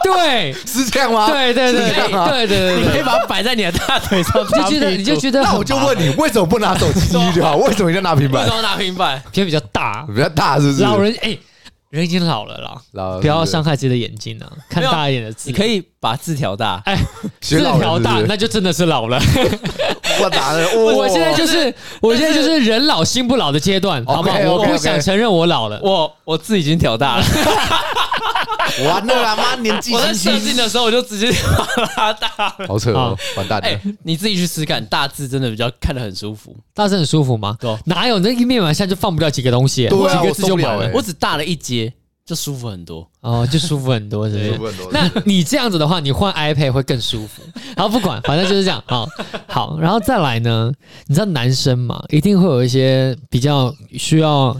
C: 对
A: 是这样吗？
C: 对对对
A: 是这样吗
C: 对对对
B: 你可以
C: 对，
B: 把它摆在你的大腿上，
C: 你 就觉得你就觉得
A: 那
C: 很
A: 我就
C: 麻
A: 问你，为什么不拿手机就好？ 为什么一定要拿平
B: 为
A: 板
B: 什？么拿平板？
C: 烦偏比较大，
A: 比较大是不是？
C: 老人哎、人已经老了啦，
A: 老
C: 不要
A: 是
C: 伤害自己的眼睛啊，看
B: 没有
C: 大一点的字。
B: 你可以把字调大，
A: 学
C: 字
A: 老
C: 条大，
A: 人是
C: 那就真的是老了。
A: 不是我打的，哦
C: 我现在就是，我现在就是人老心不老的阶段，好不好？我
A: OK，OK，OK
C: 不想承认我老了。
B: 我我字已经调大 了。
A: 完了啦，妈年纪
B: 我在
A: 轻
B: 设
A: 轻
B: 计的时候我就直接 把它拉大了。
A: 好扯哦，完蛋
B: 哎、
A: 了，
B: 你自己去试看，大字真的比较看得很舒服。
C: 大声很舒服吗
B: 对啊？
C: 哪有那一面板下就放不了几个东西？
A: 对啊
C: 几个字就满
A: 我受不了
C: 了
A: 哎。
B: 我只大了一阶，就舒服很多。
C: 哦，就舒服很多，是不
A: 是
C: 是
A: 不？是很多
C: 那你这样子的话，你换 iPad 会更舒服。然后不管，反正就是这样。好，好，然后再来呢？你知道男生嘛，一定会有一些比较需要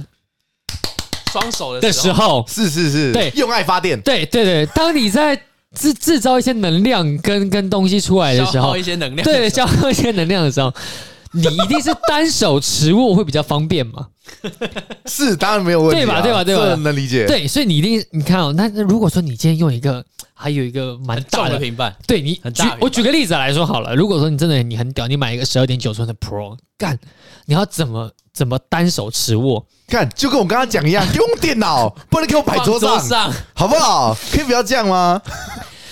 B: 双手
C: 的
B: 的
C: 时
B: 时候，
C: 候，
A: 是是是，
C: 对
A: 用爱发电，
C: 对对对，当你在制制造一些能量跟跟东西出来的时
B: 消
C: 候
B: 耗一，些能量。
C: 对，消耗一些能量的时候，你一定是单手持握会比较方便嘛？
A: 是当然没有问题啊，
C: 对吧对吧对吧
A: 这能理解，
C: 对，所以你一定你看哦，那那如果说你今天用一个，还有一个蛮
B: 很
C: 大
B: 重的
C: 的。
B: 平板，
C: 对你
B: 很
C: 举
B: 大的
C: 我举个例子来说好了，如果说你真的你很屌，你买一个十二点九寸的 Pro，干，你要怎么怎么单手持握？
A: 看就跟我刚刚讲一样，用电脑不能给我摆
B: 放
A: 桌上，
B: 上
A: 好不好？可以不要这样吗？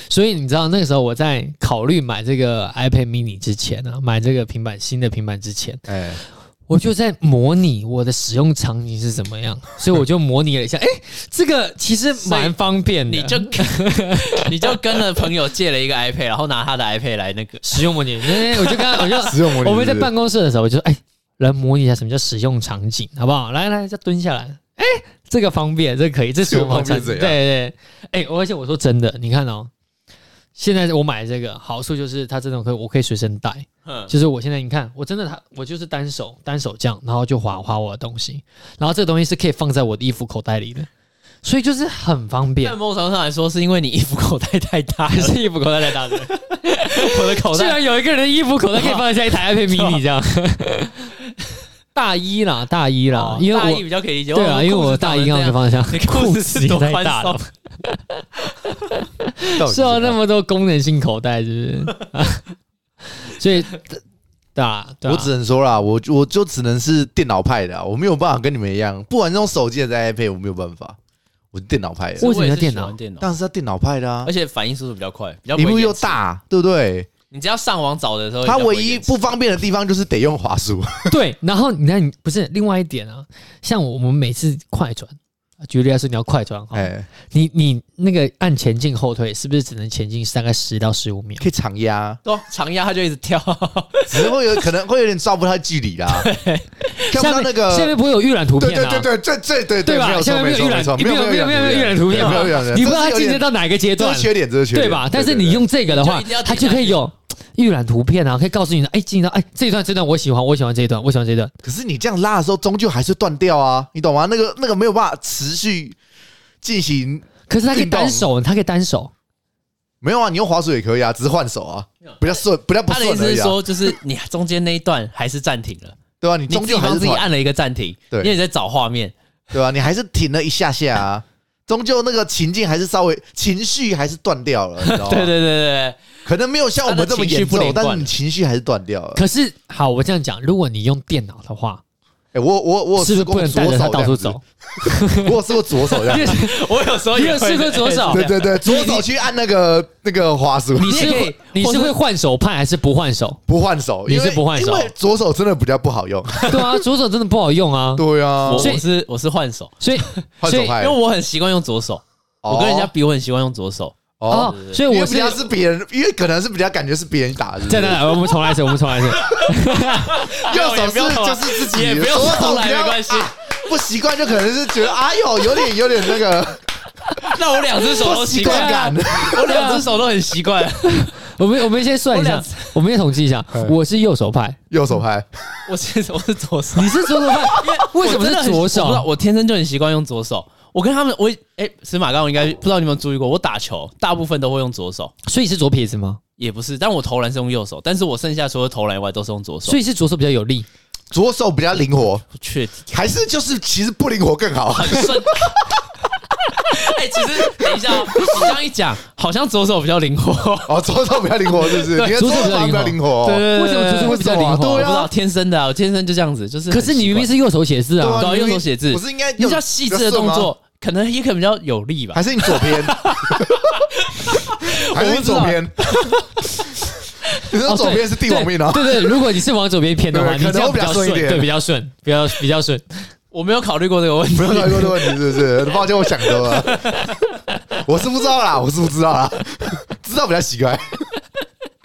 C: 所以你知道那个时候我在考虑买这个 iPad mini 之前啊，买这个平板新的平板之前，
A: 哎，
C: 我就在模拟我的使用场景是怎么样，所以我就模拟了一下，哎、这个其实蛮方便的，
B: 你 就你就跟了朋友借了一个 iPad，然后拿他的 iPad 来那个。
C: 使用模 拟，哎我就刚我就
A: 使用模拟
C: 我们在
A: 是不是
C: 办公室的时候，我就说，哎、来模拟一下什么叫使用场景，好不好？来来，再蹲下来，哎、这个方便，这个可以，这使用方
A: 这个
C: 便，
A: 方便
C: 对对
A: 怎
C: 对，哎、我而且我说真的，你看哦，现在我买这个好处就是它这种可以，我可以随身带，
B: 嗯
C: 就是我现在你看，我真的它我就是单手单手这样，然后就划划我的东西，然后这个东西是可以放在我的衣服口袋里的，所以就是很方便
B: 但。某种程度上来说，是因为你衣服口袋太大
C: 还
B: 了，
C: 是衣服口袋太大啊的，
B: 我的口
C: 居
B: 袋
C: 然有一个人的衣服口袋可以放下一台 iPad mini 这样。大一啦，大一啦
B: 哦，
C: 因为
B: 大衣
C: 我
B: 比较可以理解。
C: 对啊，因为我大一刚好就放下
B: 你， 裤子
C: 也
B: 是多宽
C: 太大了，
A: 到底
C: 是有
A: 怎
C: 那
A: 样
C: 么多功能性口袋，是不是？所以，对啊，对啊
A: 我只能说啦，我我就只能是电脑派的啊，我没有办法跟你们一样，不管是用手机还是 iPad，我没有办法，我是电脑派的，
C: 我
B: 松。
C: 为什么
B: 也
C: 要
B: 是
C: 电
B: 喜
C: 脑
B: 欢电脑，
A: 当然是要电脑派的啊
B: 而，且反应速度比较快，比较
A: 屏幕
B: 不
A: 又
B: 又大。
A: 大，对不对？
B: 你只要上网找的时候，
A: 它
B: 你就不会
A: 唯一
B: 延迟
A: 不方便的地方就是得用滑鼠，
C: 对，然后你那你不是另外一点啊？像我们每次快转，举例来说，你要快转哈，
A: 哎，
C: 你你那个按前进后退，是不是只能前进大概十到十五秒？
A: 可以长压，
B: 对啊长压，它就一直跳。
A: 只是会有可能会有点抓不太距离啦， 看不
C: 下
A: 到
C: 面
A: 那个
C: 下面不会有预览图
A: 对
C: 片
A: 对
C: 啊？
A: 对对对对对
C: 对吧
A: 没有错
C: 下
A: 没
C: 面没有
A: 错
C: 预览
A: 没错，
C: 没有
A: 没有
C: 没有
A: 没
C: 没有预览图片啊
A: 没有预览图片，
C: 你不知道它
A: 这是有
C: 进阶
A: 点
C: 到哪个阶
A: 这
C: 段
A: 是，缺点，这是缺点，
C: 对吧？但是
A: 对
C: 你用这个的话
B: 就一定要，
C: 它
B: 进
C: 就
B: 来
C: 可以有预览图片啊，可以告诉你的，哎，进到哎这一段这段我喜欢，我喜欢这一段，我喜欢这一段。
A: 可是你这样拉的时候，终究还是断掉啊，你懂吗？那个那个没有办法持续进行，
C: 可是它可以
A: 运动
C: 单手，它可以单手，
A: 没有啊，你用滑鼠也可以啊，只是换手啊，比较顺，比较不
B: 他的意
A: 顺
B: 思
A: 而已
B: 是
A: 啊，
B: 说，就是你中间那一段还是暂停了，
A: 对吧？你
B: 你
A: 终
B: 自己
A: 究还
B: 帮
A: 是
B: 自己
A: 断，
B: 按了一个暂停，
A: 对
B: 因为你在找画面。
A: 对吧？你还是停了一下下啊，终究那个情境还是稍微情绪还是断掉了，你知道吗？
B: 对对对对
A: 可能没有像我们这么严重，但是你情绪还是断掉了。
C: 可是好，我这样讲，如果你用电脑的话，
A: 哎，我我我有
C: 是
A: 试
C: 不是不
A: 过
C: 能
A: 左
C: 带着它
A: 手
C: 到
A: 这
C: 处
A: 样子
C: 走？
A: 我有试过左手这样
C: 因
A: 子
C: 为，
B: 对，我有时候
C: 你
B: 也
C: 有
B: 会
C: 试过左手
A: 对对对，左手去按那个那个滑鼠，？
C: 你是
B: 你也可以
C: 会你
B: 或
C: 是
B: 是
C: 会换手派还是不换手
A: 不换手，
C: 你是
A: 因为
C: 不换手
A: 因为左手真的比较不好用。
C: 对啊，左手真的不好用啊。
A: 对
B: 哎
A: 啊
B: 我
C: 所以
B: 我是我是换手，
C: 所以
A: 换
C: 所
A: 手
C: 以
B: 因
A: 派
B: 为，我很习惯用左手，
A: 哦
B: 我跟人家比，我很习惯用左手。
C: 哦
A: 哦，，
C: 所以
A: 因
C: 我
A: 为
C: 是
A: 比较是别人，因为可能是比较感觉是别人打的，
C: 再来来，我们重来一次，我们重来一次。
A: 右手
B: 也
A: 是
B: 不要重
A: 就
B: 来
A: 是自己，
B: 也不用
A: 左手
B: 重来
A: 比较
B: 没关系
A: 啊不习惯就可能是觉得哎呦有点有点那个
B: 那我两只手都习
A: 习惯
B: 惯，
A: 感，
B: 我两只手都很习惯。
C: 我们我们先算一
B: 我
C: 下
B: 两，
C: 我们先统计一下
A: 嗯，
C: 我是右手派，
A: 右手拍，
B: 我是我是左手，
C: 你是左手 派，为什么
B: 我真的很
C: 是左
B: 我不知道
C: 手？
B: 我天生就很习惯用左手。我跟他们，我哎，司马刚，我应该不知道你们有没有注意过，我打球大部分都会用左手，
C: 所以是左撇子吗？
B: 也不是，但我投篮是用右手，但是我剩下除了投篮以外都是用左手。
C: 所以是左手比较有力。
A: 左手比较灵活，
B: 不确定，
A: 还是就是其实不灵活更 好。
B: 很顺。 哎、其实等一下、哦，你这样一讲，好像左手比较灵活。
A: 哦，左手比较灵活，是不是？
B: 对
A: 你的
C: 左手
A: 手反而比较灵活哦，
B: 对对对，
C: 为什么左手会比较灵
A: 为什么
C: 活
A: 啊
B: 我
A: 对？
B: 不知道，天生的、啊，我天生就这样子，就是很
C: 可
B: 奇怪。
C: 是你明明是右手写字啊，
B: 对啊
A: 你明明
B: 右手写字
A: 不是应该
B: 你比较细致的动，作，可能也可能比较有力吧
A: 还。是你 左偏？还是你左偏？你说
C: 哦
A: 左
C: 对
A: 边是帝王命哦，
C: 对对，对如果你是往左边偏的话，
A: 对
C: 你这
A: 可能
C: 样
A: 会比较
C: 较
A: 顺一点
C: 对，比较顺，比较比较顺。
B: 我没有考虑过这个问题
A: 没。有考虑过这个问题，是不 是？抱歉，我想多了， 我是不知道啦，我是不知道啦，知道比较奇怪。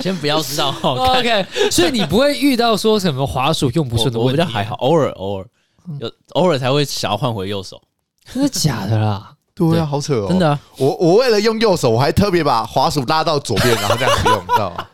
B: 先不要知 道，好看。
C: OK，所以你不会遇到说什么滑鼠哦用不顺的
B: 我我
C: 问
B: 比
C: 题，啊
B: 较还好，，偶尔偶尔有偶尔才会想要换回右手，
C: 真的假的啦？
A: 对啊，好扯哦，
B: 真的啊。
A: 我我为了用右手，我还特别把滑鼠拉到左边，然后这样子用，你知道 吗？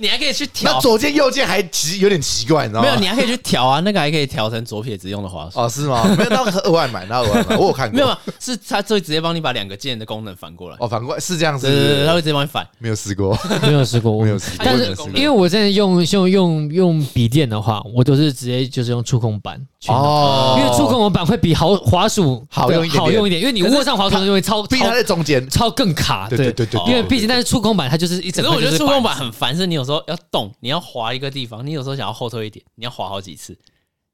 B: 你还可以去
A: 那
B: 调，啊
A: 左键右键还其实有点奇怪，你知道
B: 没有，
A: 吗
B: 你？还可以去调啊，那个还可以调成左撇子用的滑鼠。
A: 哦，是吗？没有，那额外买，那额外买，我有看过。
C: 啊
B: 没有，嘛，是它最直接帮你把两个键的功能反过来。
A: 哦，反过来是这样子
B: 对，对对，它会直接帮你反。
A: 没有试过，
C: 没有试过，我
A: 没有试过，
C: 但
A: 没
C: 是
A: 有试过
C: 因为我真的用用用用笔电的话，我都是直接就是用触控板去弄，
A: 哦
C: 因为触控板会比好滑鼠
A: 好用一点点
C: 好用一点，因为你握上滑鼠就会超
A: 毕竟它
C: 超
A: 在中间，
C: 超更卡，
A: 对对对对，
B: 哦
A: 对
C: 因为毕竟但是触控板它就是一
B: 可
C: 整
B: 是
C: 块
B: 我
C: 就
B: 觉
C: 是
B: 得
C: 板，
B: 触控板很烦，是你有时候要动，你要滑一个地方，你有时候想要后退一点，你要滑好几次，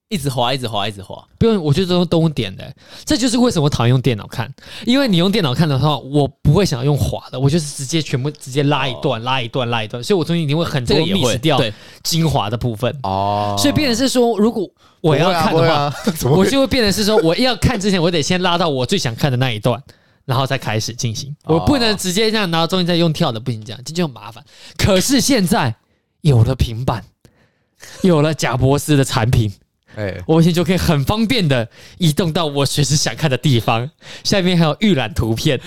B: 一直滑，一直滑，一直滑。
C: 不用，我觉得都用动物点的，这就是为什么我讨厌用电脑看，因为你用电脑看的话，我不会想要用滑的，我就是直接全部直接拉一段、拉一段拉一段，所以我中间一定会很
B: 哦这
C: 多
B: 个也
C: miss
B: 会
C: 掉
B: 对，
C: 精华的部 分，
A: 哦
C: 所以变成是说，如果我要看
A: 不
C: 的
A: 会
C: 话，
A: 啊，不会啊怎么
C: 我
A: 会？
C: 就会变成是说，我要看之前，我得先拉到我最想看的那一段，然后再开始进行。
A: 哦
C: 我不能直接这样，然后中间再用跳的，不行，这样这就很麻烦。可是现在有了平板，有了贾博士的产品，
A: 哎，
C: 我现在就可以很方便的移动到我随时想看的地方。下面还有预览图片，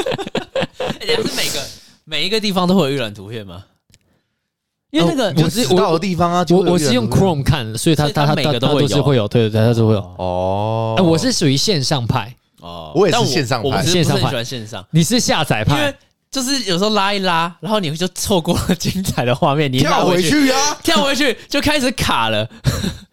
B: 而且是每个每一个地方都会有预览图片吗？因为那个
C: 呃
A: 你就
C: 我是
A: 知道的地方啊，就
C: 我
A: 会有
C: 我是用
A: 一个人
C: Chrome 看的，所以它
B: 所以它
C: 它它
B: 每个
C: 它
B: 都
C: 它
B: 会
C: 都是
B: 有
C: 会有，对对，它是会有。
A: 哦
C: 哎，我是属于线上派，
B: 哦
A: 我也是
B: 但
A: 线上
B: 我
A: 派
B: 不是
C: 线上
B: 不是很
C: 派
B: 喜欢线上，
C: 你是下载
B: 因
C: 派
B: 为。就是有时候拉一拉，然后你就错过了精彩的画面，你拉
A: 跳回
B: 去，
A: 去啊，
B: 跳回去就开始卡了，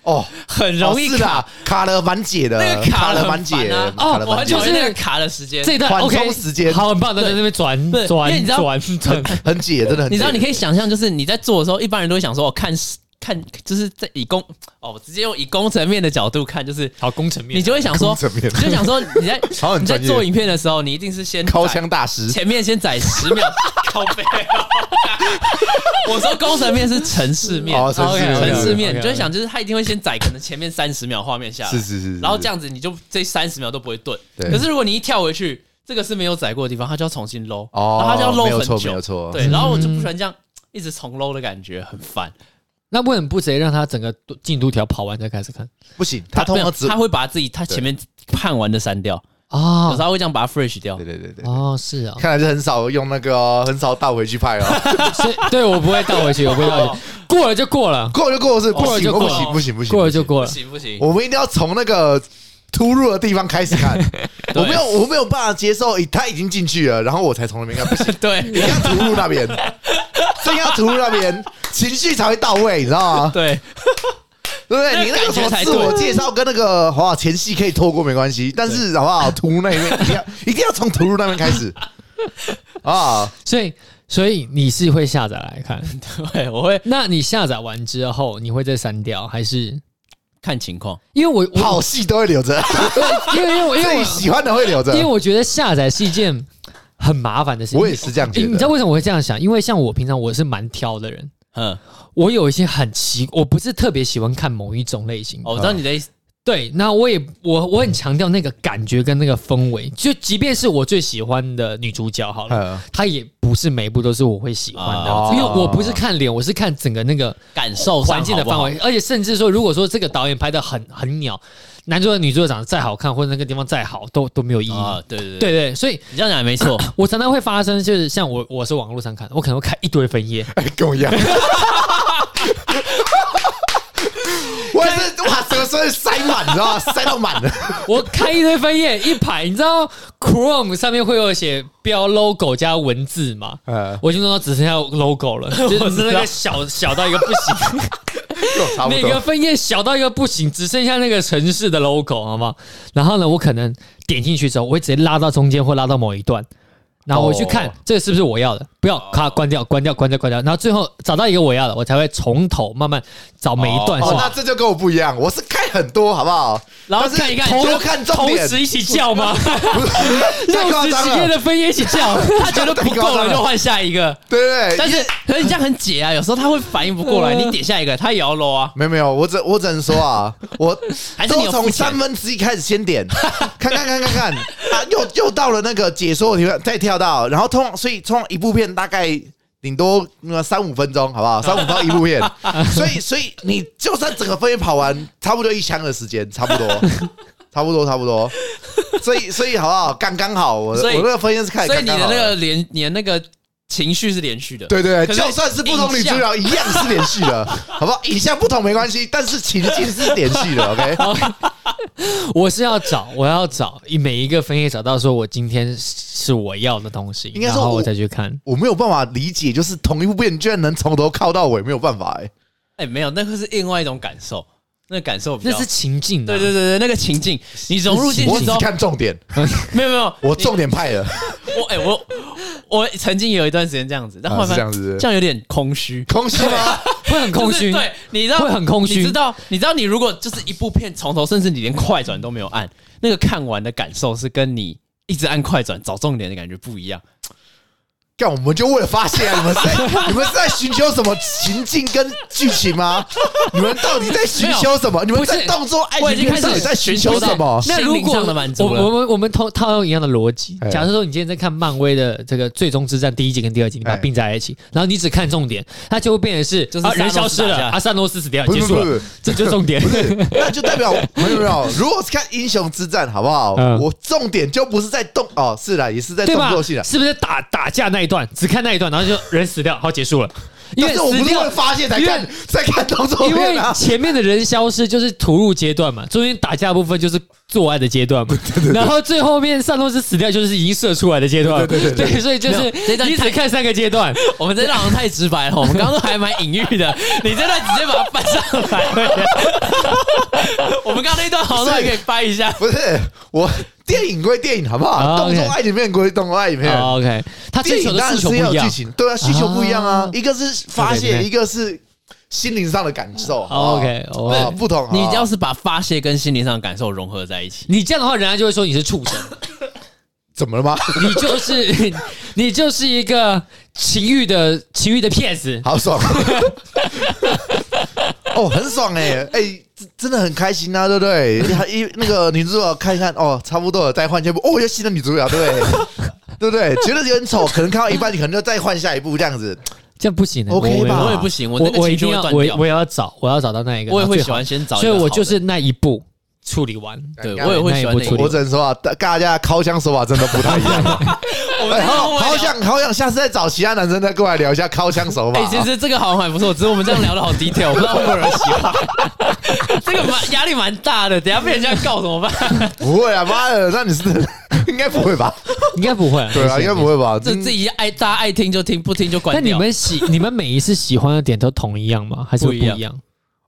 A: 哦，
B: 很容易
A: 哦是
B: 卡。
A: 的，卡了蛮解的，
B: 那个卡
A: 了
B: 了
A: 蛮解的
B: 很，哦
C: 烦啊
A: 卡了
B: 我
A: 蛮
B: 很
A: 解
B: 讨
A: 的，
B: 厌那个卡的时间。
C: 这一段
A: 缓
C: OK，
A: 冲时间
C: 好，很棒，在那边转
B: 对
C: 转
B: 因为你知道
C: 转 转，
A: 很解，真的很解。
B: 你知道，你可以想象，就是你在做的时候，一般人都会想说，我哦看看，就是在以工哦，我直接用以工程面的角度看，就是
C: 好工程面，
B: 你就会想说
A: 工，程面
B: 你就想说你在
A: 好很
B: 你在
A: 专业
B: 做影片的时候，你一定是先
A: 掏
B: 载
A: 枪大师，
B: 前面先载十秒， 靠背哦。 我说工程面是城市面，
A: 哦城市面
B: 城市
C: OK，OK，OK，OK
B: 面，你就会想，就是他一定会先载可能前面三十秒画面下来，
A: 是是是，是
B: 然后这样子你就这三十秒都不会顿。
A: 对
B: 可是如果你一跳回去，这个是没有载过的地方，它就要重新 load，
A: 哦
B: 然后它就要
A: 没有
B: load
A: 错
B: 很
A: 没有
B: 久。
A: 错嗯
B: 对，然后我就不喜欢这样一直重 load 的感觉，很烦。
C: 那为什么不直接让他整个进度条跑完再开始看
A: 不行，他通
B: 没有
A: 常只
B: 他会把自己他前面看完的删掉，有时候
C: 啊？
B: 他会这样把它 fresh 掉
A: 对。对对对，
C: 哦，是啊，
A: 看来是很少用那个哦，很少倒回去拍 哦，
C: 所以对我不会倒回去，我不会倒回去，过了就过了，
A: 过了就过了是不
C: 过了
A: 行，
C: 就
A: 我不
C: 过
A: 行
B: 了
A: 不行不行，
C: 过了就
A: 不行，
B: 不
C: 过了。
B: 行不行，
A: 我们一定要从那个突入的地方开始看，
B: 对
A: 我没有我没有办法接受，诶他已经进去了，然后我才从那边看，不行，一
B: 对
A: 定要突入 那边，真要突入那边，情绪才会到位，你知道吗？
B: 对，
A: 对不对？
B: 那
A: 你
B: 个
A: 那
B: 感
A: 个什
B: 觉
A: 么
B: 才
A: 自
B: 对
A: 我介绍跟那个好不好前戏可以透过没关系，但是好不好突入那边一定要一定要从突入那边开 始啊！
C: 所以所以你是会下载来 看？
B: 对，我会
C: 那你下载完之后，你会再删掉还是？
B: 看情况。
C: 因为我
A: 好
C: 我
A: 戏都会留着，
C: 因为因为我因
A: 自
C: 为
A: 己
C: 我
A: 喜欢的会留着
C: 因为。我觉得下载是一件很麻烦的事
A: 啊
C: 情。
A: 我也是这样觉
C: 你你知道
A: 得。
C: 为什么我会这样想？因为像我平常我是蛮挑的人，
B: 嗯，
C: 我有一些很奇，我不是特别喜欢看某一种类型。
B: 哦，我知道你的意思。
C: 对，那我也我我很强调那个感觉跟那个氛围，就即便是我最喜欢的女主角好了，
A: 嗯
C: 她也不是每一部都是我会喜欢的，
A: 哦
C: 因为我不是看脸，我是看整个那个
B: 感受上
C: 环境的
B: 好不好
C: 范围，而且甚至说，如果说这个导演拍的很很鸟，男主角、女主角长得再好看，或者那个地方再好，都都没有意义。
B: 啊，对对
C: 对对，所以
B: 你这样讲也没 错。
C: 我常常会发生，就是像我我是网络上看，我可能会看一堆分 页，
A: 哎跟我一样。 我也是哇，整个身体塞满，你知道吗？塞到 满了。
C: 我看一堆分页一排，你知道 Chrome 上面会有写标 logo 加文字嘛？
B: 嗯
A: 呃，
C: 我已经弄到只剩下 logo 了，就是那个小小到一个不行，
A: 跟我差不
C: 每个
A: 多。哦
C: 分页小到一个不行，只剩下那个城市的 logo 好吗？然后呢，我可能点进去之后，我会直接拉到中间或拉到某一段，然后我去看、
A: 哦
C: 这个是不是我要的，不要咔关掉关掉关掉关掉，然后最后找到一个我要的，我才会从头慢慢找每一段是
A: 哦，
C: 吧
A: 那这就跟我不一样，我是看很多，好不好？
C: 然后
A: 但是
C: 看一看
A: 偷
C: 就
A: 看重
C: 同
A: 点，
C: 时一起叫吗？
A: 不是太
C: 六
A: 夸
C: 十
A: 张
C: 几
A: 了
C: 页。的分页一起叫，他觉得不够了就换下一个。
A: 对对对，
B: 但是可是你这样很解啊，有时候他会反应不过
A: 呃
B: 来，你点下一个，他也要 low 啊，
A: 没有没有，我只我只能说 啊，我
B: 还是你
A: 都
B: 有付
A: 从
B: 钱
A: 三分之一开始先点，看看看看看啊，又又到了那个解说的地方，再跳到，然后通常所以通常一部片大概顶多那三五分钟，好不好？三五分钟一部 片，所以所以你就算整个分页跑完，差不多一枪的时间，差不多，差不多差不多，所以所以好不好？刚刚好，我
B: 所
A: 我
B: 以
A: 那个分页是看
B: 所以你
A: 刚
B: 的
A: 刚
B: 那
A: 好
B: 个连你的那个情绪是连续的。
A: 对对，
B: 可
A: 对
B: 是
A: 就算是不同女主角一样是连 续的，好不好？影像不同没关系，但是情境是连续 的，OK？
C: 我是要找，我要找每一个分页找到说我今天是我要的东西，
A: 应该
C: 然
A: 说
C: 后
A: 我
C: 我再去看。
A: 我没有办法理解，就是同一部片居然能从头靠到尾，没有办法哎、
B: 哎，没有，那个是另外一种感受，那个感受比
C: 那
B: 较
C: 是。情境、啊，
B: 对对对对，那个情境，你融入进
A: 我
B: 去
A: 只
B: 之后，
A: 看重 点，
B: 没有没有，
A: 我重点派啊了，
B: 我哎、我我曾经有一段时间这样子，但后
A: 啊
B: 来发
A: 是这
B: 现、
A: 样子，
B: 这样有点空虚，
A: 空虚 吗？
C: 会很空虚。
B: 就是对，你知道
C: 会很空虚
B: 你知道你知道你如果就是一部片从头，甚至你连快转都没有按，那个看完的感受是跟你一直按快转找重点的感觉不一样。
A: 干，我们就为了发泄啊！你们是 在你们是在寻求什么情境跟剧情吗？你们到底在寻求什么？你们
C: 不
A: 在
C: 是
A: 动作爱
B: 我已
A: 情
B: 经
A: 片
B: 开
A: 到底
B: 始
A: 在寻求什么？
C: 那
B: 心
C: 如
B: 灵
C: 果
B: 上的满足
C: 我
B: 了。
C: 我们我们套套用一样的逻辑
A: 哎，
C: 假设说你今天在看漫威的这个《最终之战》第一集跟第二集，你把它
A: 哎
C: 并在一起，然后你只看重点，它就会变成是
B: 就是
C: 啊人
B: 萨
C: 消
B: 诺斯
C: 失了
B: 打架，
C: 阿萨诺斯死掉，
A: 不
C: 结
A: 是
C: 束
A: 不
C: 了
A: 是，
C: 这就是重点。
A: 那就代表没有没有， 如果是看英雄之战，好不好？
C: 嗯
A: 我重点就不是在动哦，是啦，也是在
C: 对
A: 动
C: 吧
A: 作性？的。
C: 是不是打打架那一段，只看那一段，然后就人死掉，好结束了。因为
A: 但是我不
C: 死
A: 是
C: 掉
A: 会，发现才
C: 因为
A: 看 在看动作
C: 因为
A: 片啊，
C: 前面的人消失就是突入阶段嘛，中间打架的部分就是做爱的阶 段嘛，然后最后面萨诺斯死掉就是已经射出来的阶段，
A: 对对对对
C: 所以就
B: 没
C: 是
B: 有这一段
C: 你只看三个阶段，
B: 我们这段好像太直白了，我们刚刚都还蛮隐喻 的，你这段直接把它搬上来。我们刚刚那段好像都还可以掰一下。
A: 不是我电影归电影，好不好？
C: 啊
A: 动作
C: OK 啊
A: 爱情片归动作爱情片，
B: 哦
C: o k 他
A: 电
C: 追求
A: 影
C: 的
A: 当
C: 诉
A: 然
C: 求
A: 是
C: 不
A: 要有
C: 一
A: 剧
C: 样。
A: 情，对啊，需求不一样啊
C: 啊，
A: 一个是发
C: OK，
A: 泄，
C: OK
A: 一个是心灵上的感受。好不好
C: OK，
A: 啊，
C: 哦，
A: 不同。
B: 你要
A: 是
B: 是把发泄跟心理上的感受融合在一起，
C: 你这样的话，人家就会说你是畜生，
A: 怎么了吗？
C: 你就是 你就是一个情欲的情欲的骗子。
A: 好爽！ 哦，很爽哎、欸、哎、真真的很开心啊，对不对？一那个女主角看一看，哦，差不多了，再换下一部，哦，又新的女主角，对 不对？对不对？觉得有点丑，可能看到一半，你可能就再换下一部这样子。
C: 这样不行的、
A: OK
C: 我
A: 吧
B: 我也不行，我那
C: 我
B: 个
C: 我一
B: 情绪
C: 定
B: 会
C: 要
B: 断
C: 我
B: 掉。
C: 我也要找我要找到那一个，
B: 我也会喜
C: 然后最好
B: 欢先找一个
C: 所以
B: 好的，
C: 我就是那一步处 理完。
B: 对我也会喜欢
C: 那
B: 那
C: 也
B: 一
C: 不处
B: 部
C: 理
A: 我只能说啊，大大家掏枪手法真的不太一样。
B: 我
A: 哎
B: 们
A: 好好想好想，下次再找其他男生再过来聊一下掏枪手法、
B: 哎、其实这个好像还不错，只是我们这样聊的好 detail，我不知道会不会有人喜欢。这个蛮压力蛮大的，等一下被人家告怎么办？
A: 不会啊，妈的，那你是 应该不会吧？
C: 应该不会，
A: 对啊，应该不。会吧？
B: 这自己爱大家爱听就听，不听就关
C: 那
B: 掉。
C: 你们喜你们每一次喜欢的点都同一样吗？还是会
B: 不一
C: 不
B: 样
C: 一样？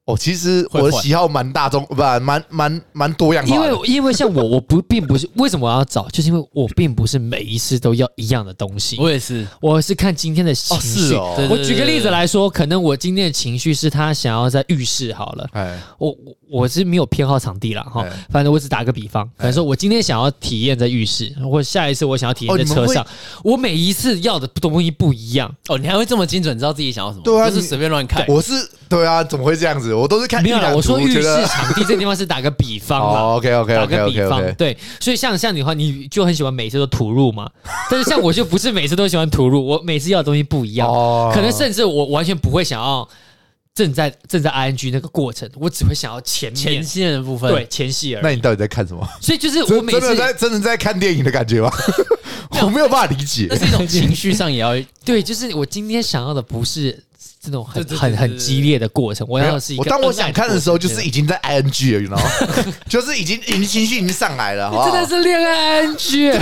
A: 哦，其实
B: 会
A: 我
B: 换
A: 的喜好蛮大众，不蛮蛮蛮多样化
C: 因
A: 的。
C: 为因为像我，我不并不是为什么我要找，就是因为我并不是每一次都要一样的东西。
B: 我也是，
C: 我是看今天的情
A: 哦，
C: 绪。
A: 是哦，
B: 对
C: 我举个例子来说，可能我今天的情绪是他想要在浴室好了，
A: 哎，
C: 我我我是没有偏好场地啦，哈
A: 哎，
C: 反正我只打个比方，可能说我今天想要体验在浴室，或下一次我想要体验
A: 哦
C: 在
A: 你们
C: 车
A: 会
C: 上，我每一次要的东西不一样，
B: 哦，你还会这么精准，知道自己想要什么？
A: 对啊
B: 不是
A: 你
B: 随便乱看。
A: 我是对啊，怎么会这样子？啊我都是看
C: 没有
A: 一览
C: 啦，
A: 图
C: 我说浴
A: 觉
C: 室
A: 得
C: 场地这地方是打 个比方啦。
A: 哦，OK OK
C: 打
A: OK
C: 个
A: OK
C: 比方，
A: OK，
C: 对，所以像像你的话，你就很喜欢每次都吐露嘛，但是像我就不是每次都喜欢吐露，我每次要的东西不一样，
A: 哦
C: 可能甚至我完全不会想要正在正在 ing 那个过程，我只会想要前面
B: 前线的部分，
C: 对前戏而
A: 那
C: 已。
A: 你到底在看什么？
C: 所以就是 我
A: 真
C: 每
A: 真的
C: 次
A: 在真的在看电影的感觉吗？我没有办法理解
B: 那。是一种情绪上也要
C: 对，就是我今天想要的不是这种很
B: 对对对
C: 很
B: 对
C: 很
B: 对
C: 激烈的过程，我要的是一个
A: 我当我想看的时候，就
C: 恩爱
A: 是已经在 ing 了，你知道 吗？就是已经已经情绪已经上来了，好不
C: 过程
A: 好
C: 真的？是恋爱 ing，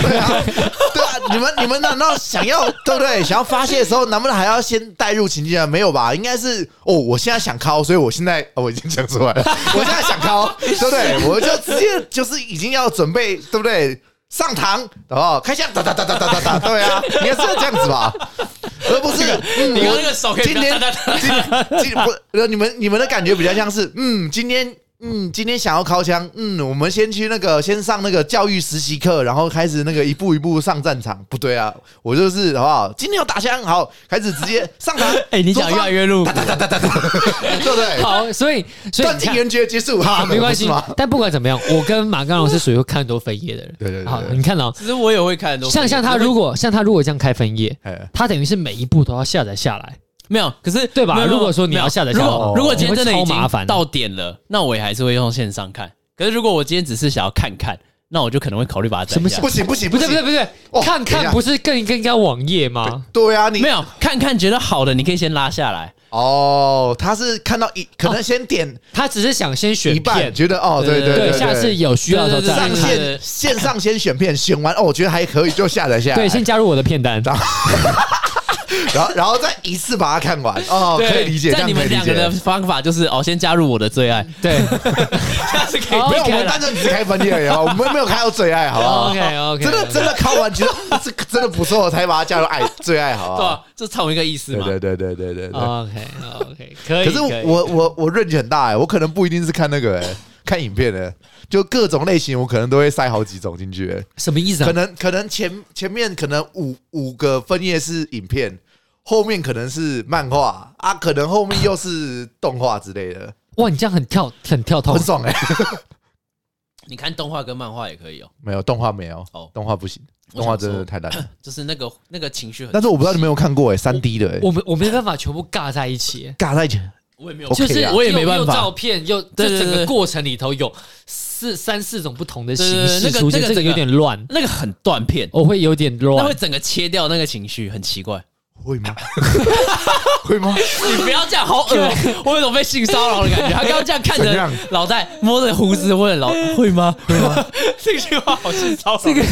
A: 对啊，对啊，你们你们难道想要对不对？想要发泄的时候，难不能还要先带入情境啊？没有吧？应该是哦，我现在想敲，所以我现在、哦、我已经讲出来 了，我现在想敲，对不对？我就直接就是已经要准备，对不对？上膛哦，开枪，哒哒哒哒哒哒哒，对啊，应该是这样子吧，而不是嗯
B: 你刚
A: 我
B: 刚那个手可以
A: 今
B: 不要
A: 天
B: 哒哒哒
A: 今今不，呃你们你们的感觉比较像是，嗯，今天。嗯，今天想要靠枪，嗯，我们先去那个，先上那个教育实习课，然后开始那个一步一步上战场。不对啊，我就是好不好？今天要打枪，好，开始直接上 场。
B: 哎、你讲越来越入，
A: 对不对？
C: 好，所以所以
A: 断
C: 你
A: 尽
C: 看啊
A: 援绝结束，哈，
C: 没关系
A: 不是吗？
C: 但不管怎么样，我跟马刚龙是属于会看很多分页的人。
A: 对对对对
C: 好，你看到、哦
B: 其实我也会看，
C: 像像他如果像他如果这样开分页，
A: 哎，
C: 他等于是每一步都要下载下来。
B: 没有，可是
C: 对吧
B: 没有没有
C: 如果说你要下载
B: 没有
C: 下
B: 如
C: 来
B: 果
A: 哦
B: 如果今天真的已
C: 你会超麻
B: 经
C: 烦
B: 到点了，那我也还是会用线上看。可是如果我今天只是想要看看，那我就可能会考虑把它
C: 什么
B: 摘
A: 不
B: 下。
A: 行不行
C: 不对不对
A: 行，
C: 不对，
A: 哦
C: 看
A: 等一下
C: 看不是更更应该网页吗？
A: 对啊，你
B: 没有看看觉得好的，你可以先拉下来。
A: 哦，他是看到一，可能先点
C: 他只是想先选
A: 一半，
C: 哦片，
A: 觉得哦，对
B: 对
A: 对
C: 对，
A: 对，
C: 下次有需要的时候
B: 对对
C: 再
B: 对
A: 上
C: 来看
A: 线 线上先选片，选完哦，我觉得还可以，就下载下来。
C: 对，先加入我的片单。
A: 然后 然后再一次把它看完哦，
B: 对
A: 可以理解，这
B: 在
A: 样
B: 你
A: 可以
B: 们
A: 理
B: 两个的
A: 解。
B: 方法就是哦，先加入我的最 爱，
C: 对
B: 这样是可以
C: 好
A: 没有，我
B: 看
A: 们
B: 的
A: 单纯只是开分页而已啊，我们没有开到最爱，好不好？
C: ，OK OK，
A: 真的真的看完觉得这个真的不错，才把它加入爱最爱，
B: 对
A: 好 不好？
B: 吧？这同一个意思
A: 对
B: 嘛。
A: 对对对对对
B: 哦
A: 对。
C: OK OK，可
A: 可
C: 以。
A: 是
C: 以
A: 我我我 range 很大哎，我可能不一定是看那个哎，看影片的，就各种类型，我可能都会塞好几种进去哎。
C: 什么意思
A: 可
C: 啊？
A: 能可能前前面可能五五个分页是影片，后面可能是漫画啊，可能后面又是动画之类的，
C: 哇，你这样很跳很跳痛
B: 哦
A: 很，爽哎。
B: 你看动画跟漫画也可以哦，
A: 没有动画没有
B: 哦，
A: 动画不行，
B: 我想
A: 动画真的太烂了。
B: 就是那个那个情绪很，
A: 但是我不知道你们有没有看过哎，三 D 的哎，
C: 我没我没办法全部尬在一起。
A: 尬在一起，
B: 我也没有，
A: OK
C: 就
A: 啊
C: 是
B: 我也没办
C: 又
B: 法
C: 照片又
B: 对
C: 这
B: 对
C: 整个
B: 对
C: 过程里头有四三四种不同的形
B: 对对对
C: 式
B: 那个
C: 出现，
B: 那个
C: 这个有
B: 整
C: 点乱，
B: 那个很断片，
C: 我会有点
B: 那会
C: 乱。
B: 整个切掉那个情绪，很奇怪。
A: 会 吗？会吗？
B: 你不要这样，好恶哦，我有种被性骚扰的感觉。他刚刚这样看
A: 怎
B: 着
A: 样
B: 老戴，摸着胡子问 老会吗？会吗？这句话好性骚扰。这个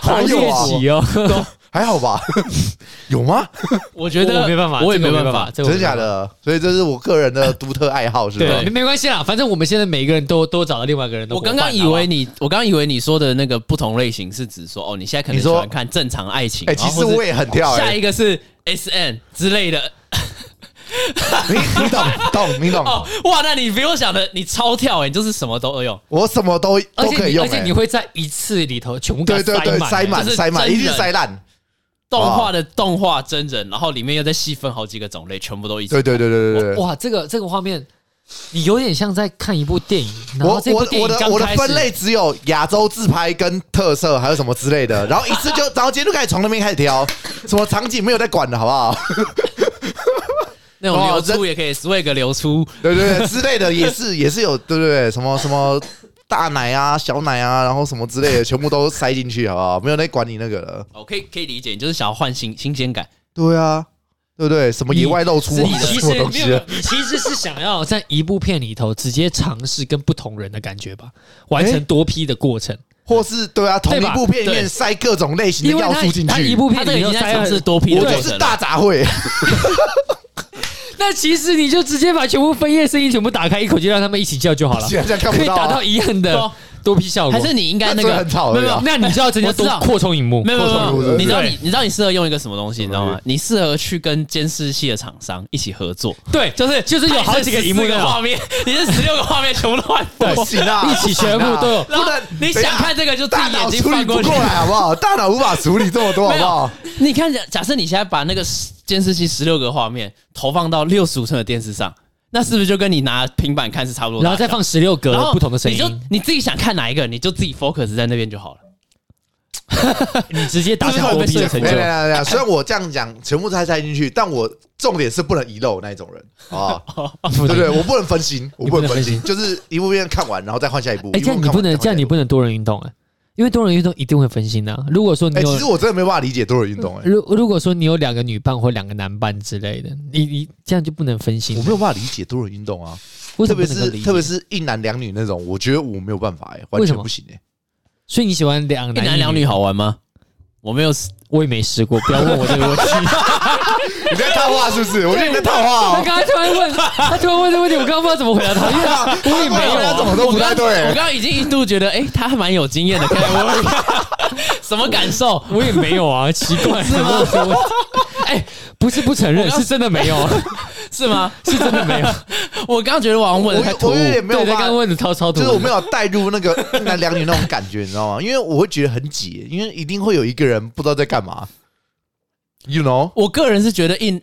A: 还有啊，
C: 哦，
A: 还好吧？ 有吗？
B: 我觉得
C: 我没办法，
B: 我也
C: 这
B: 没
C: 个
B: 办法。
C: 这个我
A: 真
C: 没
A: 假
C: 办法？
A: 的？所以这是我个人的独特爱好，是吧
C: 啊对，？没没关系啦，反正我们现在每一个人都都找到另外一个人的
B: 我
C: 伙伴。
B: 刚刚以
C: 好不好
B: 为你，我刚刚以为你说的那个不同类型是指说，哦，你现在可能
A: 你
B: 喜
A: 说
B: 欢看正常爱情，
A: 哎，
B: 然
A: 其
B: 后
A: 实
B: 或是
A: 我也很跳
B: 下
A: 哎
B: 一，个是 S N 之类的。
A: 你你懂懂你懂，
B: 哦，哇，那你比我想的你超跳哎，你就是什么都有。
A: 我什么都
C: 而
A: 都
C: 且
A: 可以
C: 你
A: 用
C: 而且
A: 哎
C: 你。会在一次里头全部给它
A: 对对对，塞
C: 满
A: 满
B: 就是
A: 塞满，
B: 真
A: 一定
B: 人
A: 塞烂。
B: 动画的动画真人，然后里面又再细分好几个种类，全部都一起
A: 对。对对对对对。
C: 哇，这个这个画面，你有点像在看一部电影，然
A: 我
C: 后这部
A: 我
C: 电
A: 我
C: 影
A: 的
C: 刚
A: 我的
C: 开始
A: 分类只有亚洲自拍跟特色，还有什么之类的，然后一次就， 然后今天就开始从那边开始挑，什么场景没有在管的好不好？
B: 那种流
A: 哦
B: 出也可以，swag 流出，
A: 对对对，之类的也是也是有，对对对，什么什么大奶啊、小奶啊，然后什么之类的，全部都塞进去好不好？没有在管你那个了。
B: 哦，可以可以理解，你就是想要换新新鲜感。
A: 对啊，对不对？什么野外露出
C: 是你
A: 啊什
C: 其实
A: 么
C: 没有
A: 东
C: 没
A: 西
C: 有
A: 啊？，
C: 你其实是想要在一部片里头直接尝试跟不同人的感觉吧，完成多批的过程。
A: 或是对啊，同
C: 对
A: 一
C: 吧
A: 部片里面
B: 对
A: 塞各种类型
C: 因
A: 的
C: 为
A: 要
C: 他
A: 素进
C: 他一
A: 去，
C: 部
B: 他
C: 片
B: 这个
C: 里
B: 已
C: 头
B: 经在
C: 塞
B: 尝
C: 很
B: 试多批的
A: 我
B: 过
A: 就
B: 程
A: 是
B: 了
A: 大杂烩。
C: 那其实你就直接把全部分页声音全部打开，一口气让他们一起叫 就好了，
A: 现在看
C: 可
A: 不
C: 以
A: 到
C: 达
A: 啊
C: 到，一样
B: 对
C: 的
B: 啊
C: 多批效果。
B: 还是你应该那
A: 那真的
B: 个
A: 很吵而
B: 没
A: 已
B: 有没
A: 啊
B: 有
C: 那你就要增加多
B: 我知道
C: 扩充荧幕
B: 没，有 没有没有，
A: 对
B: 你知道
C: 对
B: 你你知道你适合用一个什么东西，你知道
A: 什么
B: 吗
A: 东？
B: 你适合去跟监视器的厂商一起合 作，
C: 对，
B: 就是
C: 就是有好几个荧幕
B: 的
C: 在
B: 画面，你是十六个画面全部都换过，
A: 不行啊，
C: 一起全部都有
A: 不
B: 然
A: 行啊
B: 后
A: 不能
B: 你
A: 等一
B: 想
A: 下
B: 看这个就自
A: 大
B: 己眼
A: 脑
B: 睛
A: 处理
B: 翻
A: 不
B: 过去
A: 过。来，好不好？大脑无法处理这么多，好不好？
B: 你看，假假设你现在把那个监视器十六个画面投放到六十五寸的电视上，那是不是就跟你拿平板看是差不多？
C: 然后再放十六
B: 然
C: 格
B: 后
C: 不同的声音
B: 你。就你自己想看哪一个，你就自己 focus 在那边就好了。
C: 你直接打
B: 这是
C: 下
B: 很
C: OP
B: 被
C: 的
B: 说
C: 成
B: 服
A: 来
C: 就
A: 来。来来，虽然我这样讲全部猜猜进去，但我重点是不能遗漏那一种人啊，
B: 哦
C: 哦
A: 对不对？我不能分心，我不能分心，就是一部片看完，然后再换下一部。
C: 哎，这样你不能，这样你不能多人运动哎，因为多人运动一定会分心的啊。如果说你
A: 哎，
C: 有
A: 其实我真的没办法理解多人运动，哎，
C: 如如果说你有两个女伴或两个男伴之类的，你你这样就不能分心
A: 我。没有办法理解多人运动啊，
C: 为什
A: 特
C: 么
A: 别
C: 不能
A: 是
C: 够理解
A: 特别，是一男两女那种，我觉得我没有办法，哎，完
C: 为什
A: 全
C: 么
A: 不行，哎。
C: 所以你喜欢两
B: 一
C: 男
B: 男哎两女，好玩吗？我没有，
C: 我也没试过，不要问我这 个问题。
A: 你在套话是不是？我觉得你在套话
C: 他
A: 哦。
C: 刚刚突然问，他突然问这个问题，我刚刚不知道怎么回答他，因为 他我也没有
A: 他
C: 啊
A: 怎么都不太对
B: 我刚刚已经一度觉得，哎，他还蛮有经验 的，看来我什么感受？
C: 我也没有啊，奇怪，怎么会有 问题哎，不是不承认，
B: 我刚
C: 是真的没有，啊
B: 是吗？
C: 是真的没有。
B: 我刚刚觉得我好像问的太
A: 我
B: 突
A: 我
B: 兀
A: 有。点没有办
C: 对，他刚刚
A: 法，
C: 问的超超突
A: 就是
C: 兀的，
A: 我没有带入那个 一男两女那种感觉，你知道吗？因为我会觉得很解，因为一定会有一个人不知道在干嘛，you know？
B: 我个人是觉得一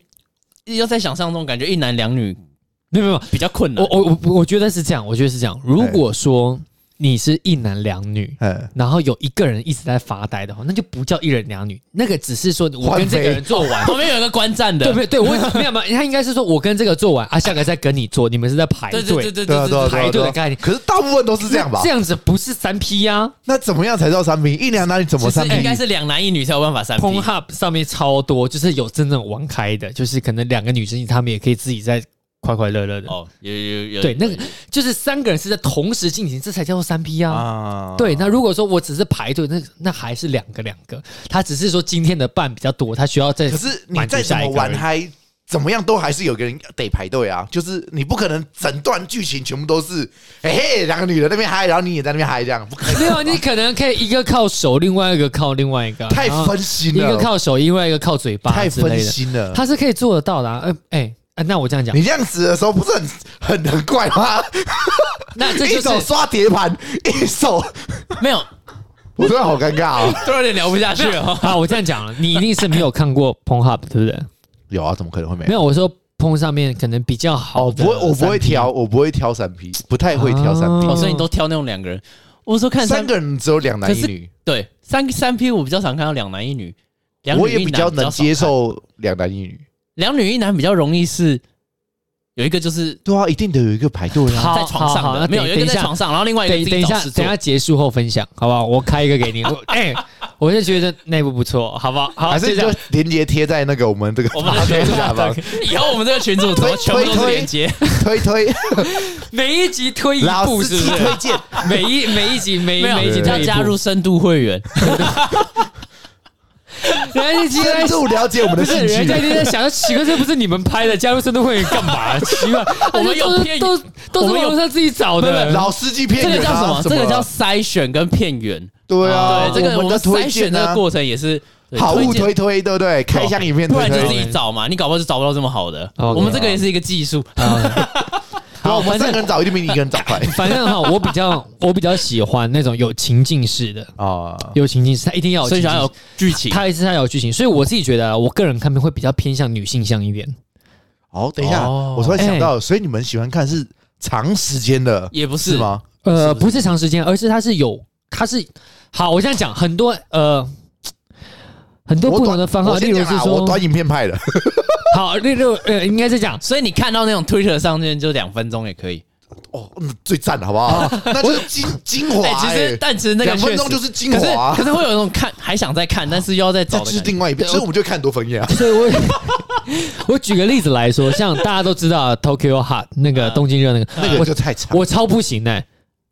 B: 要在想象中感觉一男两女
C: 没有没有，
B: 比较困难。
C: 我我我我觉得是这样，我觉得是这样。如果说你是一男两女，
A: 哎，
C: 然后有一个人一直在发呆的话，那就不叫一人两女，那个只是说我跟这个人做完。
B: 旁边有一个观战的，
C: 对不对？对我也没有没有，他应该是说我跟这个做完啊，下个再跟你做，你们是在排队，
B: 对对对对
A: 对啊对啊
B: 对，
A: 对啊
C: 排队
A: 对啊
C: 的概念
A: 可是大部分都是这样吧
C: 这？样子不是三 P 啊呀、
A: 那怎么样才叫三平？一男两女怎么
B: 是
A: 三
B: 应该
A: 平？
B: 是两男一女才有办法三
C: p o
B: P
C: n。Hub 上面超多，就是有真正玩开的，就是可能两个女生，她们也可以自己在快快乐乐的。
B: 哦，有有有，
C: 对，那个就是三个人是在同时进行，这才叫做三 P 啊。
A: 啊
C: 对，那如果说我只是排队，那那还是两个两个，他只是说今天的伴比较多，他需要再
A: 可是你再怎么玩嗨，怎么样都还是有个人得排队啊。就是你不可能整段剧情全部都是，哎嘿，两个女的那边嗨，然后你也在那边嗨，这样不可能
C: 没有，你可能可以一个靠手，另外一个靠另外一个啊，
A: 太
C: 然后
A: 分心
C: 一个
A: 了，
C: 靠手，另外一个靠嘴巴
A: 太
C: 之类
A: 分
C: 的，
A: 心了。
C: 他是可以做得到的、啊。嗯、哎、啊那我这样讲，
A: 你这样子的时候不是很很很怪 吗？
C: 那这
A: 一
C: 就是
A: 手刷碟 盘，一手，
B: 没有，
A: 我真的好尴尬哦。
B: 突然有点聊不下去了。
C: 啊，我这样讲了，你一定是没有看过 p o n Hub 对不对？
A: 有啊，怎么可能会没
C: 没？有，我说 p o n 上面可能比较好
A: 哦，啊
C: 的
A: 不会，我不会
C: 3P
A: 挑，我不会挑三 P，不太会挑三
C: 哦
A: P。
B: 哦，所以你都挑那种两个人。我说看
A: 三个人只有两男一女，
B: 对三三 P，我比较常看到两男一女，两女
A: 我也
B: 一
A: 比
B: 男
A: 较能接
B: 少看，
A: 受两男一女。
B: 两女一男比较容易是有一个就是
A: 对啊，一定得有一个排队啊。
C: 好
B: 在床
C: 好
B: 上
C: 好那
B: 的，没有
C: 等
B: 有一个
C: 等一
B: 在
C: 下
B: 床上，然后另外一个
C: 等
B: 自己
C: 等一
B: 找
C: 下
B: 事，做
C: 等一下结束后分享，好不好？我开一个给你。我 哎、我就觉得那部不错，好不好？好，
A: 还是
C: 就
A: 你
C: 这
A: 就
C: 样
A: 连接贴在那个我们这个
B: 我们的群
A: podcast 下方，
B: 以后我们这个群组怎么全部都是连接？
A: 推 推
C: 每一集推一
A: 老
C: 部，
A: 司
C: 是不
A: 机
C: 是？
A: 推 荐，
C: 每一每一集每
B: 没有，
C: 每一集
B: 要
C: 推一
B: 加入
C: 部，
B: 深度会员。
C: 人家一集在
A: 深。入了解我们
C: 不
A: 的
C: 是，
A: 兴
C: 人家一
A: 趣。
C: 直在想，说奇怪，这不是你们拍的，加入深度会员干 嘛？奇怪，
B: 我们有
C: 都
B: 片
C: 是都都是
B: 我们有
C: 网络上自己找的，
A: 老司机骗
B: 这个
A: 人
B: 叫什
A: 啊
B: 么？这个叫
A: 了
B: 筛选跟片源。
A: 对啊，
B: 对，这个
A: 我
B: 我
A: 们
B: 们
A: 的
B: 筛
A: 推
B: 选
A: 荐
B: 这个
A: 啊，
B: 过程也是
A: 好物
B: 荐
A: 推推，对不对？开箱影片
B: 不
A: 推
B: 然就自
A: 推。
B: 己找嘛，你搞不好就找不到这么好的。
C: OK，
B: 我们这个也是一个技术，
C: 啊。
A: 对啊
C: 好，
A: 我们
C: 反
A: 三个
C: 正
A: 人找一定比你一个人找快
C: 反正哈，我比较 我比较喜欢那种有情境式的，
A: 啊。
C: 有情境式，它一定要有
B: 所
C: 情
B: 以
C: 境
B: 想要
C: 式
B: 有。剧情。
C: 它也是它有剧情，所以我自己觉得啊，我个人看片会比较偏向女性向一点。
A: 哦，等一下，
B: 哦
A: 我突然想到，所以你们喜欢看是长时间的，
B: 也不是
A: 是吗？
C: 呃，
B: 是不是
C: 不是长时间，而是它是有，它是好，我这样讲，很多呃。很多
A: 我
C: 不同
A: 短
C: 的番号，
A: 我
C: 例
A: 先
C: 如
A: 讲
C: 是
A: 啊，
C: 说
A: 我，短影片派的，
C: 好，例如呃，应该是讲，
B: 所以你看到那种 Twitter 上面就两分钟也可以。
A: 哦，嗯最赞，好不好？那就是精精华
B: 哎，，其实
A: 哎
B: 但其实那个
A: 两分钟
B: 确
A: 就
B: 实
A: 是精
B: 可
A: 华
B: 是可，是会有一种看还想再看，但是又要再
A: 这
B: 找
A: 就
B: 的
A: 是
B: 感觉。
A: 另外一边，
C: 对
A: 所以我们就看很多分页啊。
C: 所以我我举个例子来说，像大家都知道 Tokyo Hot 那个
B: 嗯
C: 东京热那个，
A: 那个就太长，
C: 我超不行哎，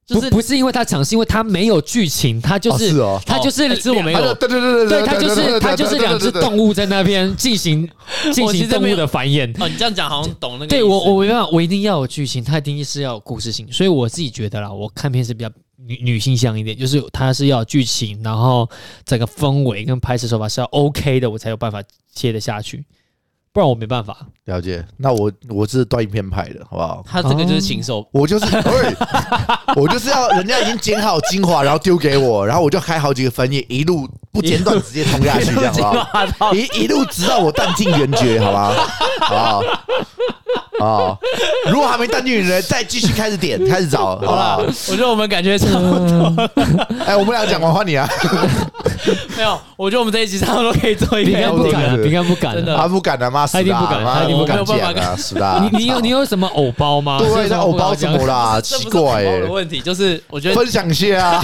B: 就
C: 不
B: 是
C: 不是因为它长，是因为它没有剧情，它就
A: 哦是
C: 是
A: 哦
C: 它就是
B: 哎其实我没
A: 他就
B: 有，
A: 对对对
C: 对，它就是它就是两只动
A: 物。
C: 物在那边进行进
B: 我其实
C: 行
B: 没
C: 动物
B: 有
C: 的繁衍。
B: 哦，你这样讲好像懂那个意思。
C: 对我，我没办法，我一定要有剧情，它一定是要有故事性，所以我自己觉得啦，我看片是比较女女性向一点，就是它是要有剧情，然后整个氛围跟拍摄手法是要 OK 的，我才有办法接得下去，不然我没办法。
A: 了解，那我我是短影片派的，好不好？
B: 他这个就是禽兽，
A: 我就是，喂我就是要人家已经剪好精华，然后丢给我，然后我就开好几个分页，一路不间断直接冲下去，这样好不好？一一路直到我弹尽援绝，好吧？好不好？啊。如果还没淡定的人，再继续开始点，开始找，好不
B: 好啦，
A: 好？
B: 我觉得我们感觉差不 多，
A: 哎，我们俩讲完换你啊，
B: 没有，我觉得我们这一集差不多可以做一
C: 饼
B: 个
C: 干不敢了，
A: 对
C: 饼干不敢
B: 真的
C: 了。
A: 他不敢了妈死
C: 他一定
A: 啦
C: 不敢
A: 妈
C: 他一定
A: 我
C: 不
A: 没
B: 敢
A: 有办法了，死啦！
C: 你你有你有什么偶包吗？
A: 对，那
C: 那
A: 欧包怎么？啦？
B: 这
A: 奇
B: 不是我
A: 怪欸，
B: 的问题，就是我觉得
A: 分享一下啊，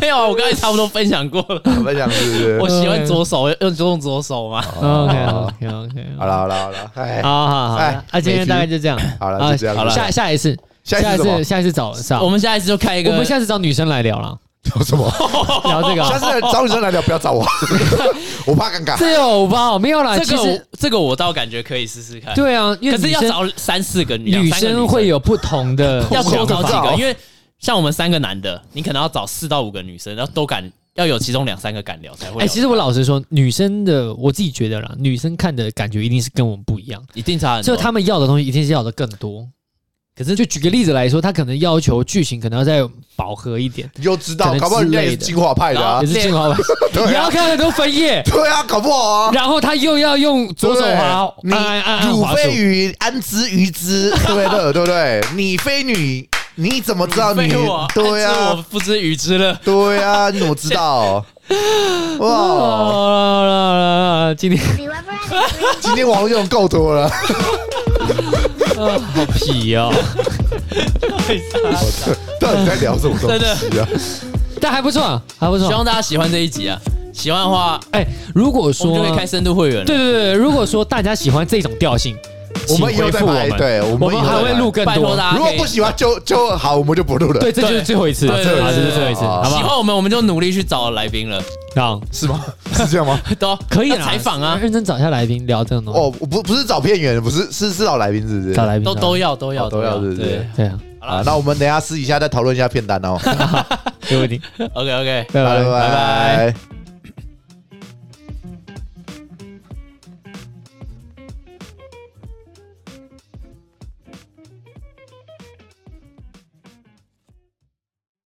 B: 没有啊，我刚才差不多分享过了。
A: 分享是不是
B: 我？喜欢左手，用用左手嘛。
C: OK OK OK，
A: 好了好了好了，哎，
C: 好好好，
A: 哎
C: 那今天大概就这样。
A: 好了
C: 啊
A: 就这样
B: 好了
C: 下下一次，
A: 下一次什么
C: 次，下一次找上
B: 我，们下一次就开一个，
C: 我们下次找女生来聊了，
A: 聊什么？
C: 聊这个
A: 下
C: 啊。
A: 次找女生来聊，不要找 我，我怕尴尬。
C: 这有偶包没有啦？
B: 这
C: 其
B: 个我
C: 实
B: 这个我倒感觉可以试试看。，
C: 对啊，因为
B: 可是
C: 女
B: 要
C: 生
B: 找三四个女
C: 女
B: 三个
C: 生会有不同的
B: 要多
C: 想
B: 找
C: 法
B: 几
A: 想
B: 个
A: 法，
B: 因为像我们三个男的，你可能要找四到五个女生，然后都敢要有其中两三个敢聊才会
C: 哎、
B: 有。
C: 其实我老实说，女生的我自己觉得啦，女生看的感觉一定是跟我们不一样，
B: 一定差很
C: 就
B: 多。
C: 她们要的东西一定是要的更多。可是，就举个例子来说，她可能要求剧情可能要再饱和一点，
A: 你就知
C: 可
A: 道，
C: 能
A: 搞不好人家
C: 之
A: 也
C: 类
A: 是
C: 的
A: 精华派的啊
C: 也。是精华版，
A: 对啊
C: 也要看很多分页，
A: 对啊，搞不好啊。
C: 然后她又要用左手滑，哎
A: 对
C: 按
A: 你
C: 按按按
A: 汝
C: 滑鼠
A: 非，鱼，安知鱼之？对 的，对不对？你非女，你怎么知道你
B: 废我？
A: 对
B: 安知我
A: 啊，
B: 不知鱼之乐。
A: 对啊，你怎么知 道？
C: 好
A: 哇，
C: 了好了好了好呃了今天
D: Do you ever have a dream?
A: 今天网络用够多 了。
C: 啊好皮哦，
A: 到底在聊什么东西啊？
C: 但还不错啊，还不错
B: 希
C: 啊。
B: 望大家喜欢这一集啊！喜欢的话，
C: 哎、如果
B: 我们
C: 说
B: 就会开深度会员了。
C: 对对对，如果说大家喜欢这种调性，
A: 我们
C: 请
A: 以后
C: 回
A: 再
C: 复我
A: 拍，
C: 们，
A: 对，我
C: 我
A: 们以
C: 们
A: 后
C: 还
A: 再
C: 会
A: 拍
C: 录。更
B: 拜托
C: 多。
B: 大家可以。
A: 如果不喜欢就就好，我们就不录了。
C: 对，这就是最后一次，
B: 对对对
C: 啊这是最后一次，
A: 对对对
C: 好不
B: 喜
C: 好？
B: 欢我们，我们就努力去找来宾了，
C: 好，
A: 是吗？是这样 吗？
B: 都
C: 可以
B: 要
C: 啦
B: 采访啊，
C: 认真找一下来宾聊这种东西，
A: 哦，不不是找片源，不是是是找来宾，是不是？
C: 找来宾
B: 都都要都要
A: 哦都要是不是
B: 对，
C: 对啊，
B: 好
A: 啊
B: 了，
A: 那我 们等一下私底下再讨论一下片单哦。
C: 没问题，
B: ，OK OK。
C: 拜
A: 拜
C: 拜。
A: 拜。